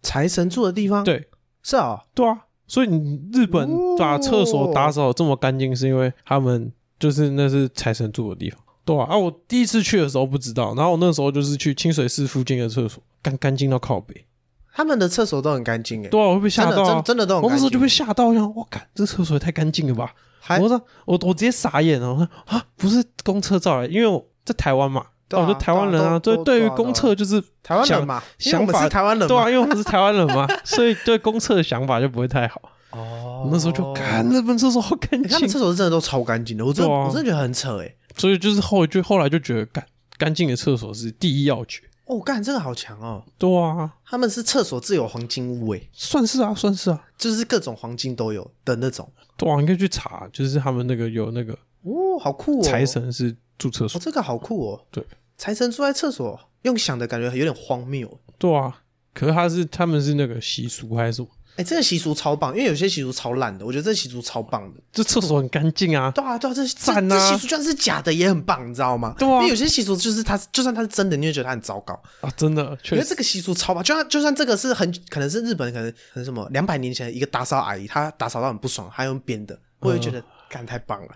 S1: 财神住的地方，，
S2: 对，
S1: 是啊、
S2: 对啊，所以你日本
S1: 哦
S2: 把厕所打扫这么干净，是因为他们就是那是财神住的地方。对啊，啊，我第一次去的时候不知道，然后我那时候就是去清水寺附近的厕所，干干净到靠北。
S1: 他们的厕所都很干净诶，
S2: 对啊，我会被吓到、
S1: 真的
S2: 啊
S1: 真真的都很
S2: 我那时候
S1: 干净
S2: 就被吓到，我想，我靠，这厕所也太干净了吧！
S1: 还
S2: 我说我我直接傻眼了，我说啊，不是公厕造来，因为我在台湾嘛，
S1: 对啊
S2: 我就台湾人啊，
S1: 对
S2: 对
S1: 啊，都
S2: 对于
S1: 都
S2: 公厕就是
S1: 台湾人
S2: 想
S1: 嘛，因为我
S2: 想
S1: 们
S2: 法
S1: 是台湾人嘛，
S2: 对啊，因为我们是台湾人嘛，所以对公厕的想法就不会太好。
S1: 哦
S2: 我那时候就看日本厕所好干
S1: 欸他们
S2: 净，
S1: 厕所是真的都超干净的，我真的、
S2: 对啊
S1: 我真的觉得很扯欸诶。
S2: 所以就是后就后来就觉得干干净的厕所是第一要诀。
S1: 哦，干这个好强哦，
S2: 对啊，
S1: 他们是厕所自有黄金屋诶，
S2: 算是啊，算是啊，
S1: 就是各种黄金都有的那种。
S2: 对啊，你可以去查，就是他们那个有那个
S1: 哦，好酷哦，
S2: 财神是住厕
S1: 哦，
S2: 所，
S1: 这个好酷哦，
S2: 对，
S1: 财神住在厕所，用想的感觉有点荒谬。
S2: 对啊，可是他是他们是那个习俗还是什么？
S1: 哎、这个习俗超棒，因为有些习俗超烂的，我觉得这个习俗超棒的。
S2: 这厕所很干净啊，
S1: 对啊，对啊，这这
S2: 赞啊
S1: 这习俗就算是假的也很棒，你知道吗？
S2: 对啊
S1: 因为有些习俗就是它，就算它是真的，你也觉得它很糟糕。
S2: 啊，真的，
S1: 我觉
S2: 确
S1: 得
S2: 实
S1: 这个习俗超棒，就算就算这个是很可能是日本可能很什么两百年前的一个打扫阿姨，她打扫到很不爽，还用编的，我也觉
S2: 嗯
S1: 得干、太棒了，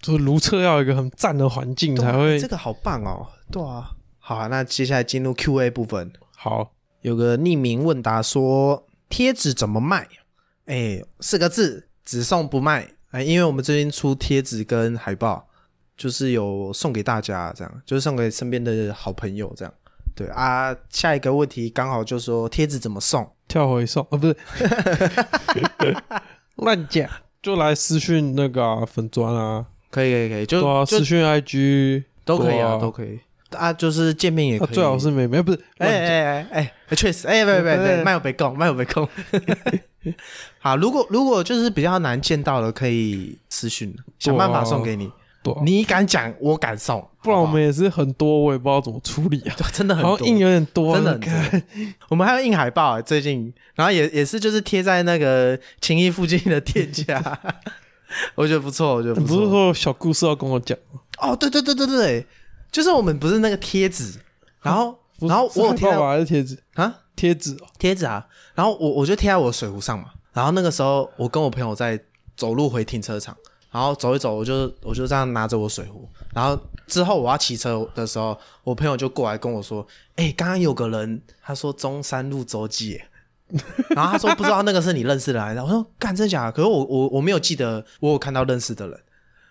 S2: 就是如厕要有一个很赞的环境才会
S1: 啊这个好棒哦。对啊，好啊，那接下来进入 Q&A 部分。
S2: 好。
S1: 有个匿名问答说贴纸怎么卖？哎、四个字，只送不卖。哎、因为我们最近出贴纸跟海报，就是有送给大家，这样就是送给身边的好朋友，这样。对啊，下一个问题刚好就说贴纸怎么送？
S2: 跳回送
S1: [LAUGHS]
S2: 啊，不是 [LAUGHS] 乱讲，就来私讯那个、啊、粉砖啊，
S1: 可以可以可以，就、
S2: 对啊，
S1: 就
S2: 私讯 IG
S1: 都可以啊，
S2: 啊，
S1: 都可以啊，就是见面也
S2: 啊
S1: 可以，
S2: 最好是妹妹，不是
S1: 哎
S2: 乱讲
S1: 哎哎哎，确实，哎，别别别，麦有被供，麦有被供。好，如果如果就是比较难见到的，可以私讯，想办法送给你。
S2: 对啊
S1: 你敢讲，我敢送，
S2: 不然
S1: 好
S2: 我
S1: 好
S2: 们也是很多，我也不知道怎么处理啊，
S1: 对真的很
S2: 好
S1: 多
S2: 像印有点多，
S1: 真的很
S2: 看
S1: 多。我们还有印海报、欸，最近，然后也也是就是贴在那个情谊附近的店家，我觉得不错，我觉得
S2: 你
S1: 不
S2: 不是
S1: 错。
S2: 说有小故事要跟我讲吗？
S1: 哦，对对对对对，就是我们不是那个贴纸，然后
S2: 不是
S1: 然后
S2: 是
S1: 我有
S2: 海
S1: 贴
S2: 报
S1: 到
S2: 吧还是贴纸？
S1: 啊。
S2: 贴纸哦
S1: 贴纸啊，然后我我就贴在我的水壶上嘛。然后那个时候我跟我朋友在走路回停车场，然后走一走，我就我就这样拿着我水壶。然后之后我要骑车的时候，我朋友就过来跟我说：“哎、刚刚有个人他说中山路周记耶。”然后他说不知道那个是你认识的来的，我说干真假的？可是我我我没有记得我有看到认识的人，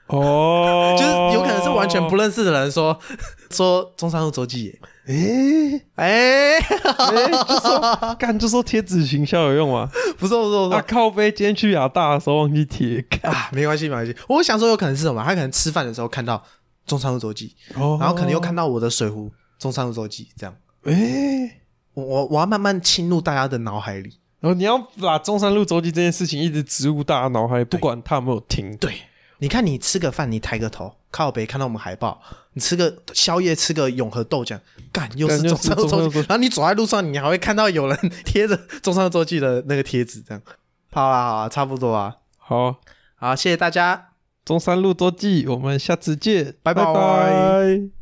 S2: 哦，
S1: 就是有可能是完全不认识的人说 [LAUGHS] 说中山路周记耶，
S2: 诶，
S1: 哎、
S2: 诶就
S1: [LAUGHS]
S2: 说干就说贴纸行销有用吗？
S1: 不错不错不错
S2: 啊，靠背，今天去亚大的时候忘记贴，干
S1: 啊，没关系没关系，我想说有可能是什么，他可能吃饭的时候看到中山路周记，
S2: 哦
S1: 然后可能又看到我的水壶中山路周记这样。
S2: 诶。
S1: 我我我要慢慢侵入大家的脑海里。
S2: 然后你要把中山路周记这件事情一直植入大家脑海，不管他有没有听。
S1: 对，你看你吃个饭，你抬个头，靠北看到我们海报，你吃个宵夜，吃个永和豆浆，干又是
S2: 干又
S1: 中
S2: 是
S1: 山路
S2: 中山
S1: 周
S2: 路
S1: 记
S2: 周记。
S1: 然后你走在路上，你还会看到有人贴着中山路周记的那个贴纸，这样。好啦好啦，差不多啊。
S2: 好，
S1: 好，谢谢大家。
S2: 中山路周记，我们下次见，
S1: 拜拜
S2: 拜